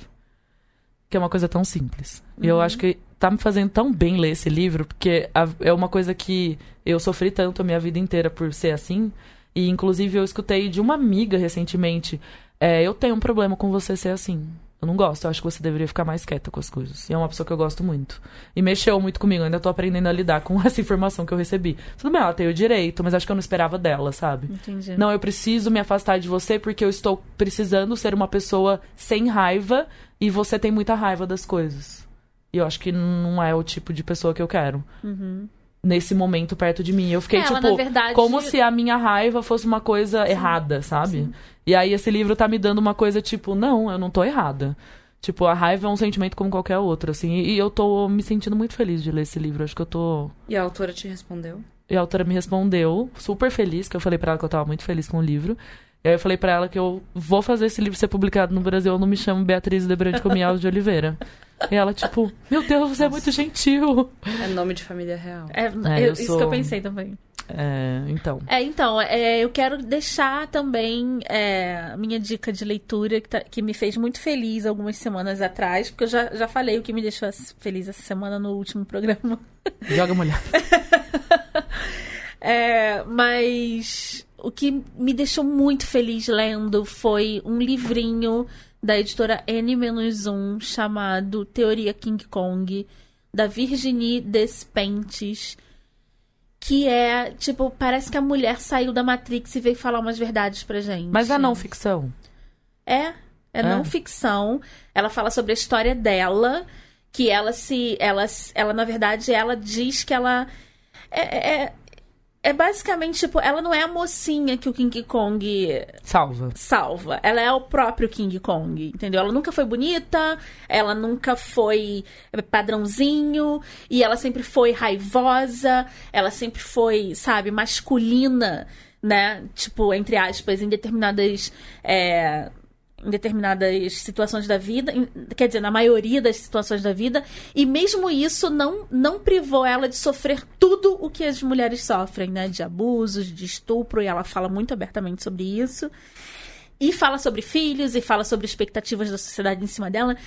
Que é uma coisa tão simples. E eu acho que tá me fazendo tão bem ler esse livro, porque a- é uma coisa que eu sofri tanto a minha vida inteira por ser assim. E, inclusive, eu escutei de uma amiga recentemente: é, Eu tenho um problema com você ser assim. Eu não gosto, eu acho que você deveria ficar mais quieta com as coisas. E é uma pessoa que eu gosto muito. E mexeu muito comigo, eu ainda tô aprendendo a lidar com (laughs) essa informação que eu recebi. Tudo bem, ela tem o direito, mas acho que eu não esperava dela, sabe? Entendi. Não, eu preciso me afastar de você porque eu estou precisando ser uma pessoa sem raiva e você tem muita raiva das coisas. E eu acho que não é o tipo de pessoa que eu quero. Nesse momento perto de mim. Eu fiquei É, Uhum. ela, tipo, na verdade- como se a minha raiva fosse uma coisa errada, sabe? E aí esse livro tá me dando uma coisa tipo, não, eu não tô errada. Tipo, a raiva é um sentimento como qualquer outro, assim. E e eu tô me sentindo muito feliz de ler esse livro. Acho que eu tô E a autora te respondeu? e a autora me respondeu, super feliz, que eu falei pra ela que eu tava muito feliz com o livro. E aí eu falei pra ela que eu vou fazer esse livro ser publicado no Brasil, eu não me chamo Beatriz Debrante Comial de Oliveira. E ela, tipo, meu Deus, você é muito gentil. É nome de família real. É, É, eu- eu isso sou- que eu pensei também. É, então. É, então, é, eu quero deixar também é, a minha dica de leitura, que, tá- que me fez muito feliz algumas semanas atrás, porque eu já, já falei o que me deixou as- feliz essa semana no último (laughs) programa. Joga mulher. É, mas o que me deixou muito feliz lendo foi um livrinho da editora N-1 chamado Teoria King Kong, da Virginie Despentes. Que é, tipo, parece que a mulher saiu da Matrix e veio falar umas verdades pra gente. Mas é não ficção. É, é É. não ficção. Ela fala sobre a história dela, que ela se. Ela, ela na verdade, ela diz que ela. É, é, é basicamente, tipo, ela não é a mocinha que o King Kong Salva. salva. Ela é o próprio King Kong, entendeu? Ela nunca foi bonita, ela nunca foi padrãozinho, e ela sempre foi raivosa, ela sempre foi, sabe, masculina, né? Tipo, entre aspas, em determinadas. é, em determinadas situações da vida, em- quer dizer, na maioria das situações da vida, e mesmo isso não, não privou ela de sofrer tudo o que as mulheres sofrem, né? De abusos, de estupro, e ela fala muito abertamente sobre isso e fala sobre filhos e fala sobre expectativas da sociedade em cima dela.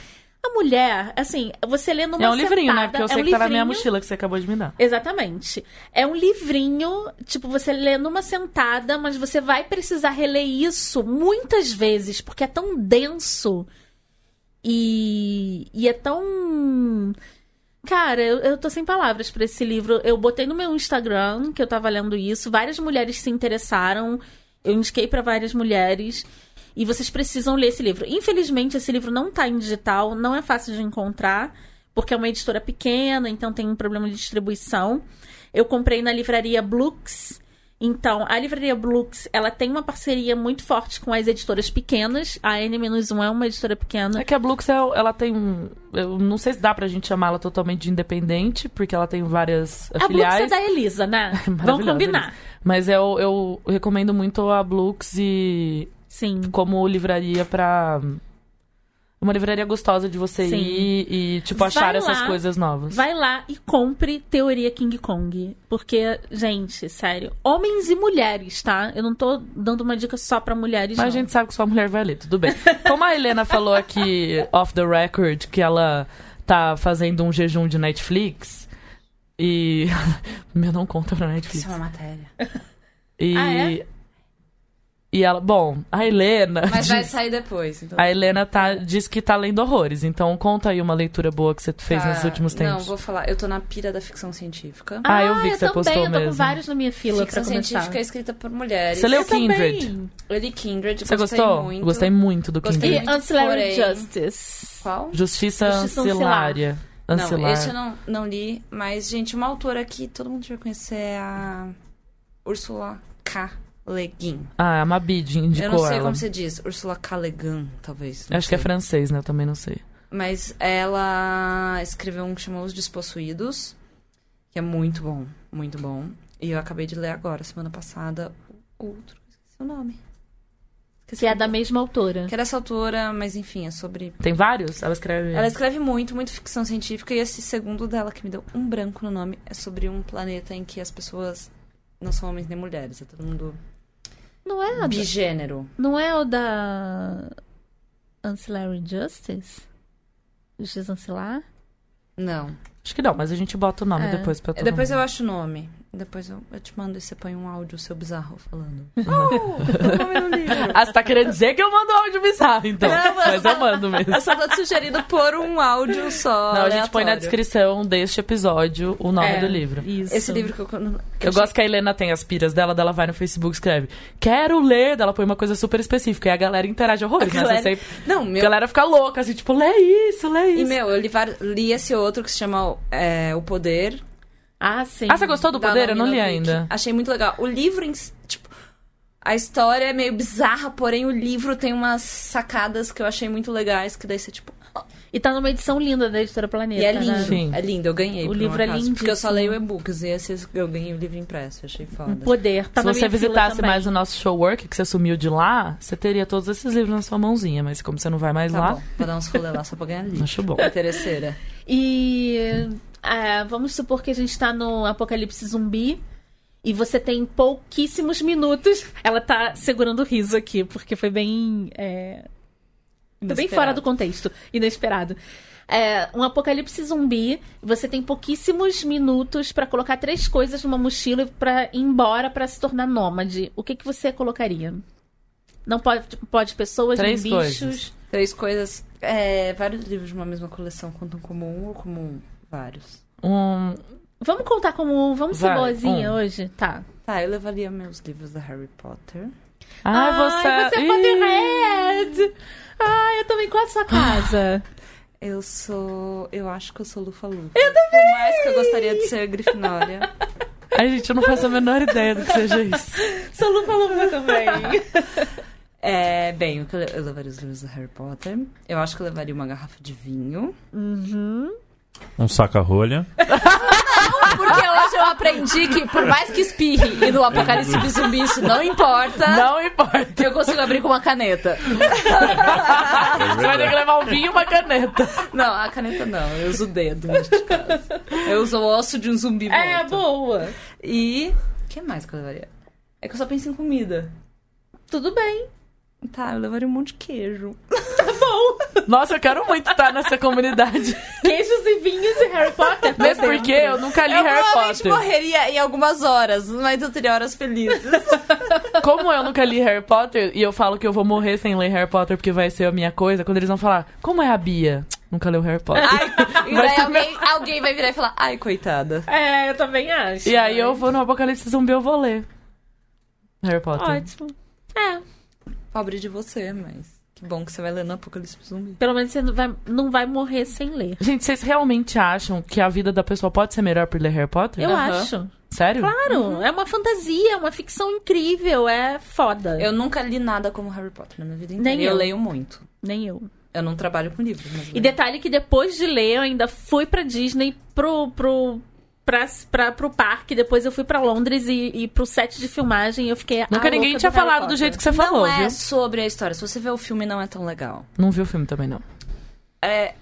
A mulher, assim, você lê numa é um livrinho, né? sentada, Porque eu é sei um que tá na minha livrinho- mochila que você acabou de me dar. Exatamente. É um livrinho, tipo, você lê numa sentada, mas você vai precisar reler isso muitas vezes, porque é tão denso e, e é tão. Cara, eu, eu tô sem palavras pra esse livro. Eu botei no meu Instagram que eu tava lendo isso, várias mulheres se interessaram, eu indiquei pra várias mulheres. E vocês precisam ler esse livro. Infelizmente, esse livro não tá em digital, não é fácil de encontrar, porque é uma editora pequena, então tem um problema de distribuição. Eu comprei na livraria Blux. Então, a livraria Blux, ela tem uma parceria muito forte com as editoras pequenas. A N-1 é uma editora pequena. É que a Blux, é- ela tem um... Eu não sei se dá pra gente chamar ela totalmente de independente, porque ela tem várias A Blux é filiais. da Elisa, (laughs) né? Vamos Maravilhosa, combinar. Mas eu, eu recomendo muito a Blux e Sim. como livraria pra. Uma livraria gostosa de você Sim. ir e, tipo, Vai achar lá. essas coisas novas. Vai lá e compre Teoria King Kong. Porque, gente, sério. Homens e mulheres, tá? Eu não tô dando uma dica só pra mulheres. Mas a não. gente sabe que sua mulher vai ler, tudo bem. Como a Helena falou (laughs) aqui, off the record, que ela tá fazendo um jejum de Netflix. E. (laughs) Meu, não conta pra Netflix. (laughs) Isso é uma matéria. E. Ah, é? E ela. Bom, a Helena. (laughs) Mas vai sair depois. Então... A Helena tá, diz que tá lendo horrores, então conta aí uma leitura boa que você fez Tá. nos últimos tempos. Não, vou falar. Eu tô na pira da ficção científica. Ah, eu vi que você também, postou Eu tô com mesmo. vários na minha fila ficção pra começar. científica é escrita por mulheres. Você leu Eu também. Kindred. Eu li Kindred, Você gostei gostou? muito. Gostei muito do Gostei Kindred. E Muito, Ancillary porém. Justice. Qual? Justiça, Justiça Ancilária. Não, Ancilar. esse eu não, não li. Mas, gente, uma autora que todo mundo vai conhecer é a Ursula K. Le Guin. Ah, a Mabid indicou Eu não sei ela. como se diz. Ursula K. Le Guin, talvez. não Acho que é sei. francês, né? Eu também não sei. Mas ela escreveu um que chamou Os Despossuídos, que é muito bom, muito bom. E eu acabei de ler agora, semana passada, o outro, esqueci o nome. Esqueci Que é o da nome. mesma autora. Que é dessa autora, mas enfim, é sobre... Tem vários? Ela escreve. Ela escreve muito, muito ficção científica, e esse segundo dela, que me deu um branco no nome, é sobre um planeta em que as pessoas não são homens nem mulheres, é todo mundo Não Ah, é, a da- bigênero. não é o da Ancillary Justice? Justiça Ancilar? Não. Acho que não, mas a gente bota o nome É. depois pra todo Depois eu mundo. acho o nome. Depois eu, eu te mando e você põe um áudio seu bizarro falando. (laughs) Ah, você tá querendo dizer que eu mando áudio bizarro, então. (laughs) Não, mas- Mas eu mando (laughs) mesmo. Eu só tô te sugerindo pôr um áudio só. Não, a gente põe na aleatório. descrição deste episódio o nome É, do livro. Isso. Esse livro que eu. que Eu gosto que a Helena tem as piras dela, dela vai no Facebook e escreve Quero ler, dela põe uma coisa super específica E a galera interage horrores, A né? galera- Você sempre- Não, A meu. galera fica louca, assim, tipo, lê isso, lê isso E, meu, eu li, var- li esse outro que se chama é, O Poder. Ah, sim. Ah, você gostou do da Poder? Eu não Naomi li Novik. ainda Achei muito legal. O livro, em si, tipo, a história é meio bizarra, porém o livro tem umas sacadas que eu achei muito legais, que daí você, tipo... E tá numa edição linda da Editora Planeta. E é né? lindo, Sim. é lindo, eu ganhei. O por um livro é acaso, Porque eu só lindíssimo. leio e-books, e esse eu ganhei o livro impresso, achei foda. Poder. Tá Se na você minha fila visitasse também. mais o nosso showwork, que você sumiu de lá Você teria todos esses livros na sua mãozinha Mas como você não vai mais Tá lá, bom, vou dar uns rolê lá só pra ganhar livro. acho bom (laughs) Interesseira. E ah, vamos supor que a gente tá no apocalipse zumbi e você tem pouquíssimos minutos. Ela tá segurando o riso aqui, porque foi bem. É, foi bem Inesperado. fora do contexto, inesperado. É, um apocalipse zumbi, você tem pouquíssimos minutos pra colocar três coisas numa mochila pra ir embora pra se tornar nômade. O que, que você colocaria? Não pode, pode pessoas, Três nem bichos. coisas. Três coisas... é, vários livros de uma mesma coleção contam como um ou como vários? Um, Vamos contar como. Vamos ser Vai, boazinha um. hoje? Tá. Tá, eu levaria meus livros da Harry Potter. Ah, você... Ai, você é Ih, Potterhead! Ai, eu também quase sua casa. Eu sou. Eu acho que eu sou Lufa Lufa. Eu também! Por mais que eu gostaria de ser Grifinória. Ai, gente, eu não faço a menor ideia do que seja isso Sou Lufa Lufa também. é, bem, o que eu, le- eu levaria os livros do Harry Potter. Eu acho que eu levaria uma garrafa de vinho. (laughs) Um saca-rolha. Porque hoje eu aprendi que, por mais que espirre e no apocalipse zumbi isso não importa, (laughs) Não importa eu consigo abrir com uma caneta. Você vai ter que levar um vinho e uma caneta Não, a caneta não, eu uso o dedo neste caso. Eu uso o osso de um zumbi Ah, É, morto. boa. E. O que mais que eu levaria? É que eu só penso em comida. Tudo bem. Tá, eu levaria um monte de queijo. Nossa, eu quero muito estar nessa (laughs) comunidade. Queijos e vinhos e Harry (laughs) Potter. tá Mesmo porque eu nunca li eu Harry provavelmente Potter. morreria em algumas horas, mas eu teria horas felizes. Como eu nunca li Harry Potter, e eu falo que eu vou morrer sem ler Harry Potter porque vai ser a minha coisa, quando eles vão falar, como é a Bia? Nunca leu Harry Potter. (laughs) E Vai daí ser alguém, alguém vai virar e falar, ai, coitada. É, eu também acho. E aí eu vou no Apocalipse Zumbi, eu vou ler. Harry Potter. Ótimo. É, Pobre de você, mas que bom que você vai ler no Apocalipse Zumbi. pelo menos você não vai, não vai morrer sem ler. Gente, vocês realmente acham que a vida da pessoa pode ser melhor por ler Harry Potter? Eu Aham. acho. Sério? Claro, Uhum. é uma fantasia, é uma ficção incrível, é foda. Eu nunca li nada como Harry Potter na minha vida inteira. Nem eu. eu. leio muito. Nem eu. Eu não trabalho com livros, mas... E leio. detalhe que depois de ler, eu ainda fui pra Disney, pro, pro, pra, pra, pro parque, depois eu fui pra Londres e, e pro set de filmagem e eu fiquei. Nunca a Tá louca ninguém tinha do Harry falado do Potter. jeito que você Não falou, é viu? sobre a história. Se você vê o filme, não é tão legal. Não vi o filme também, (laughs) não. É,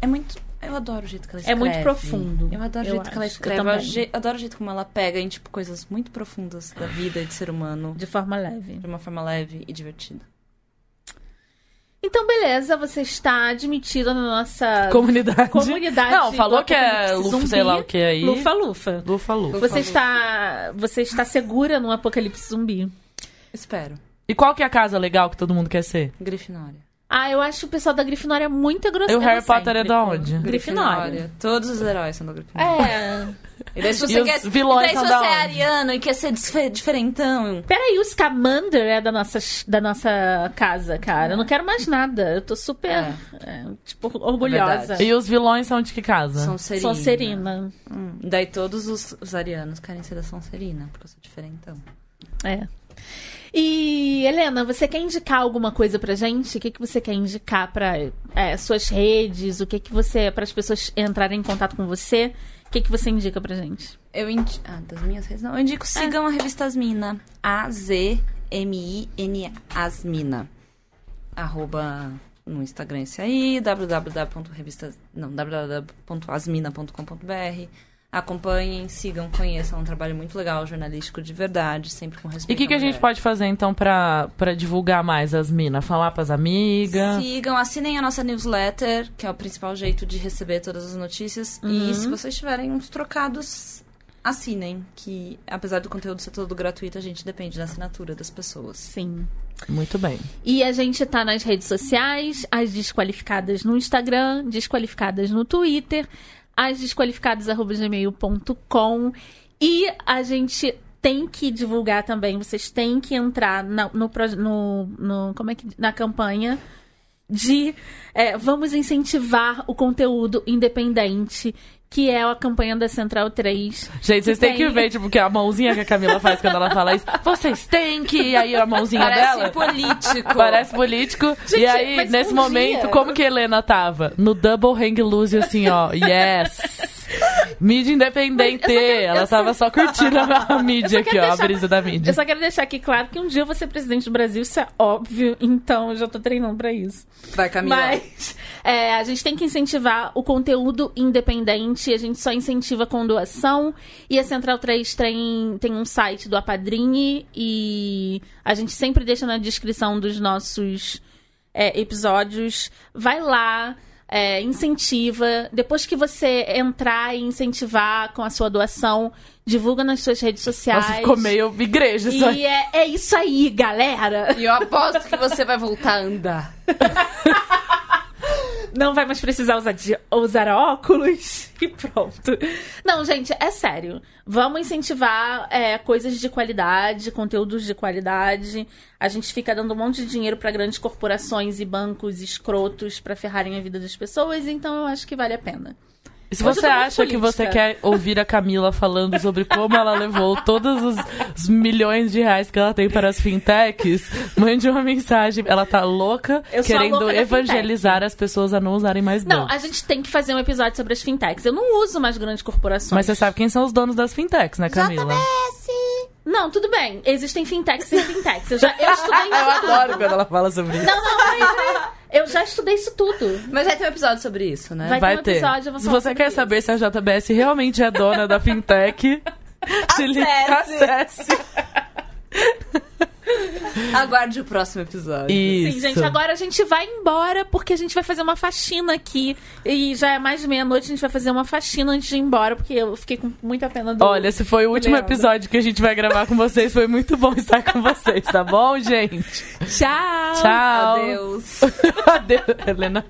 é muito... Eu adoro o jeito que ela É escreve. muito profundo, Eu adoro o eu jeito que ela acho. Eu escreve. Eu, também. age- adoro o jeito como ela pega em, tipo, coisas muito profundas da vida e de ser é, humano. De forma leve. De uma forma leve e divertida. Então, beleza, você está admitida na nossa Comunidade. comunidade. Não, do falou que é Apocalipse Lufa, Zumbi. sei lá o que aí. Lufa, lufa. Lufa, Lufa. Você está, você está segura no apocalipse zumbi. Espero. E qual que é a casa legal que todo mundo quer ser? Grifinória. Ah, eu acho o pessoal da Grifinória é muito E grosseiro. o Harry Potter é da onde? Grifinória. Todos os heróis são da Grifinória. É. E daí se E os vilões e são daí, se da você é onde? ariano e quer ser disfe- diferentão. Peraí, o Scamander é da nossa, da nossa casa, cara. Eu não quero mais nada. Eu tô super, É. é, tipo, orgulhosa. verdade. E os vilões são de que casa? Sonserina. Sonserina. Hum, Daí todos os, os arianos querem ser da Sonserina, porque eu sou diferentão. É. E, Helena, você quer indicar alguma coisa pra gente? O que, que você quer indicar pra é, suas redes? O que que você... para as pessoas entrarem em contato com você? O que que você indica pra gente? Eu indico... Ah, das minhas redes não. Eu indico, sigam a revista Asmina. A-Z-M-I-N-A. Asmina. Arroba no Instagram esse aí, www.revistas... Não, www.asmina.com.br. Acompanhem, sigam, conheçam. É um trabalho muito legal, jornalístico de verdade, sempre com respeito E o que, que à a gente mulher. pode fazer então pra, pra divulgar mais as minas? Falar pras amigas? Sigam, assinem a nossa Uhum. newsletter, que é o principal jeito de receber todas as notícias. E se vocês tiverem uns trocados assinem, que apesar do conteúdo ser todo gratuito, a gente depende da assinatura das pessoas. Sim. Muito bem. E a gente tá nas redes sociais, as desqualificadas no Instagram, desqualificadas no Twitter, as desqualificadas@gmail.com e a gente tem que divulgar também, vocês têm que entrar na, no, pro- no, no- como é que na campanha de é, vamos incentivar o conteúdo independente, que é a campanha da Central 3. Gente, vocês têm Tem. que ver, tipo, que a mãozinha que a Camila faz quando ela fala isso. Vocês têm que. E aí a mãozinha dela. É (laughs) político. Parece político. Gente, e aí, mas nesse um momento, dia- como que a Helena tava? No double hang loose, assim, ó. Yes! Mídia independente. Ela tava só curtindo a a mídia Eu só aqui, ó. quero A deixar- brisa da mídia. Eu só quero deixar aqui claro que um dia eu vou ser presidente do Brasil, isso é óbvio, então eu já tô treinando pra isso. Vai, Camila. Mas é, a gente tem que incentivar o conteúdo independente, a gente só incentiva com doação. E a Central 3 tem, tem um site do Apadrine e a gente sempre deixa na descrição dos nossos é, episódios. Vai lá. é, incentiva. Depois que você entrar e incentivar com a sua doação, divulga nas suas redes sociais. Nossa, ficou meio igreja isso aí. E é, é isso aí, galera! E eu aposto que você vai voltar a andar. não vai mais precisar usar, de- usar óculos (laughs) e pronto. Não, gente, é sério. Vamos incentivar é, coisas de qualidade, conteúdos de qualidade. A gente fica dando um monte de dinheiro pra grandes corporações e bancos escrotos pra ferrarem a vida das pessoas, então eu acho que vale a pena. E Se Hoje eu você tô É muito acha que você política. quer ouvir a Camila falando sobre como ela levou todos os, os milhões de reais que ela tem para as fintechs, mande uma mensagem. Ela tá louca Eu sou a querendo louca da evangelizar as pessoas a não usarem mais Não, bancos. a gente tem que fazer um episódio sobre as fintechs. Eu não uso mais grandes corporações. Mas você sabe quem são os donos das fintechs, né, Camila? Não, tudo bem. Existem fintechs e fintechs. Eu já eu (laughs) estudei isso Ah, Eu tudo. adoro quando ela fala sobre isso. Não, não, peraí, peraí. Eu já estudei isso tudo. Mas vai ter um episódio sobre isso, né? Vai- Vai ter um ter. episódio, eu vou Se falar você sobre quer isso. saber se a JBS realmente é dona (laughs) da fintech, se liga, Acesse. acesse. Aguarde o próximo episódio. Isso. Sim, gente, agora a gente vai embora porque a gente vai fazer uma faxina aqui. E já é mais de meia-noite, a gente vai fazer uma faxina antes de ir embora, porque eu fiquei com muita pena do. Olha, esse foi o último Leandro. episódio que a gente vai gravar com vocês. Foi muito bom estar com vocês, tá bom, gente? tchau! (laughs) Tchau. Adeus. Adeus, Helena.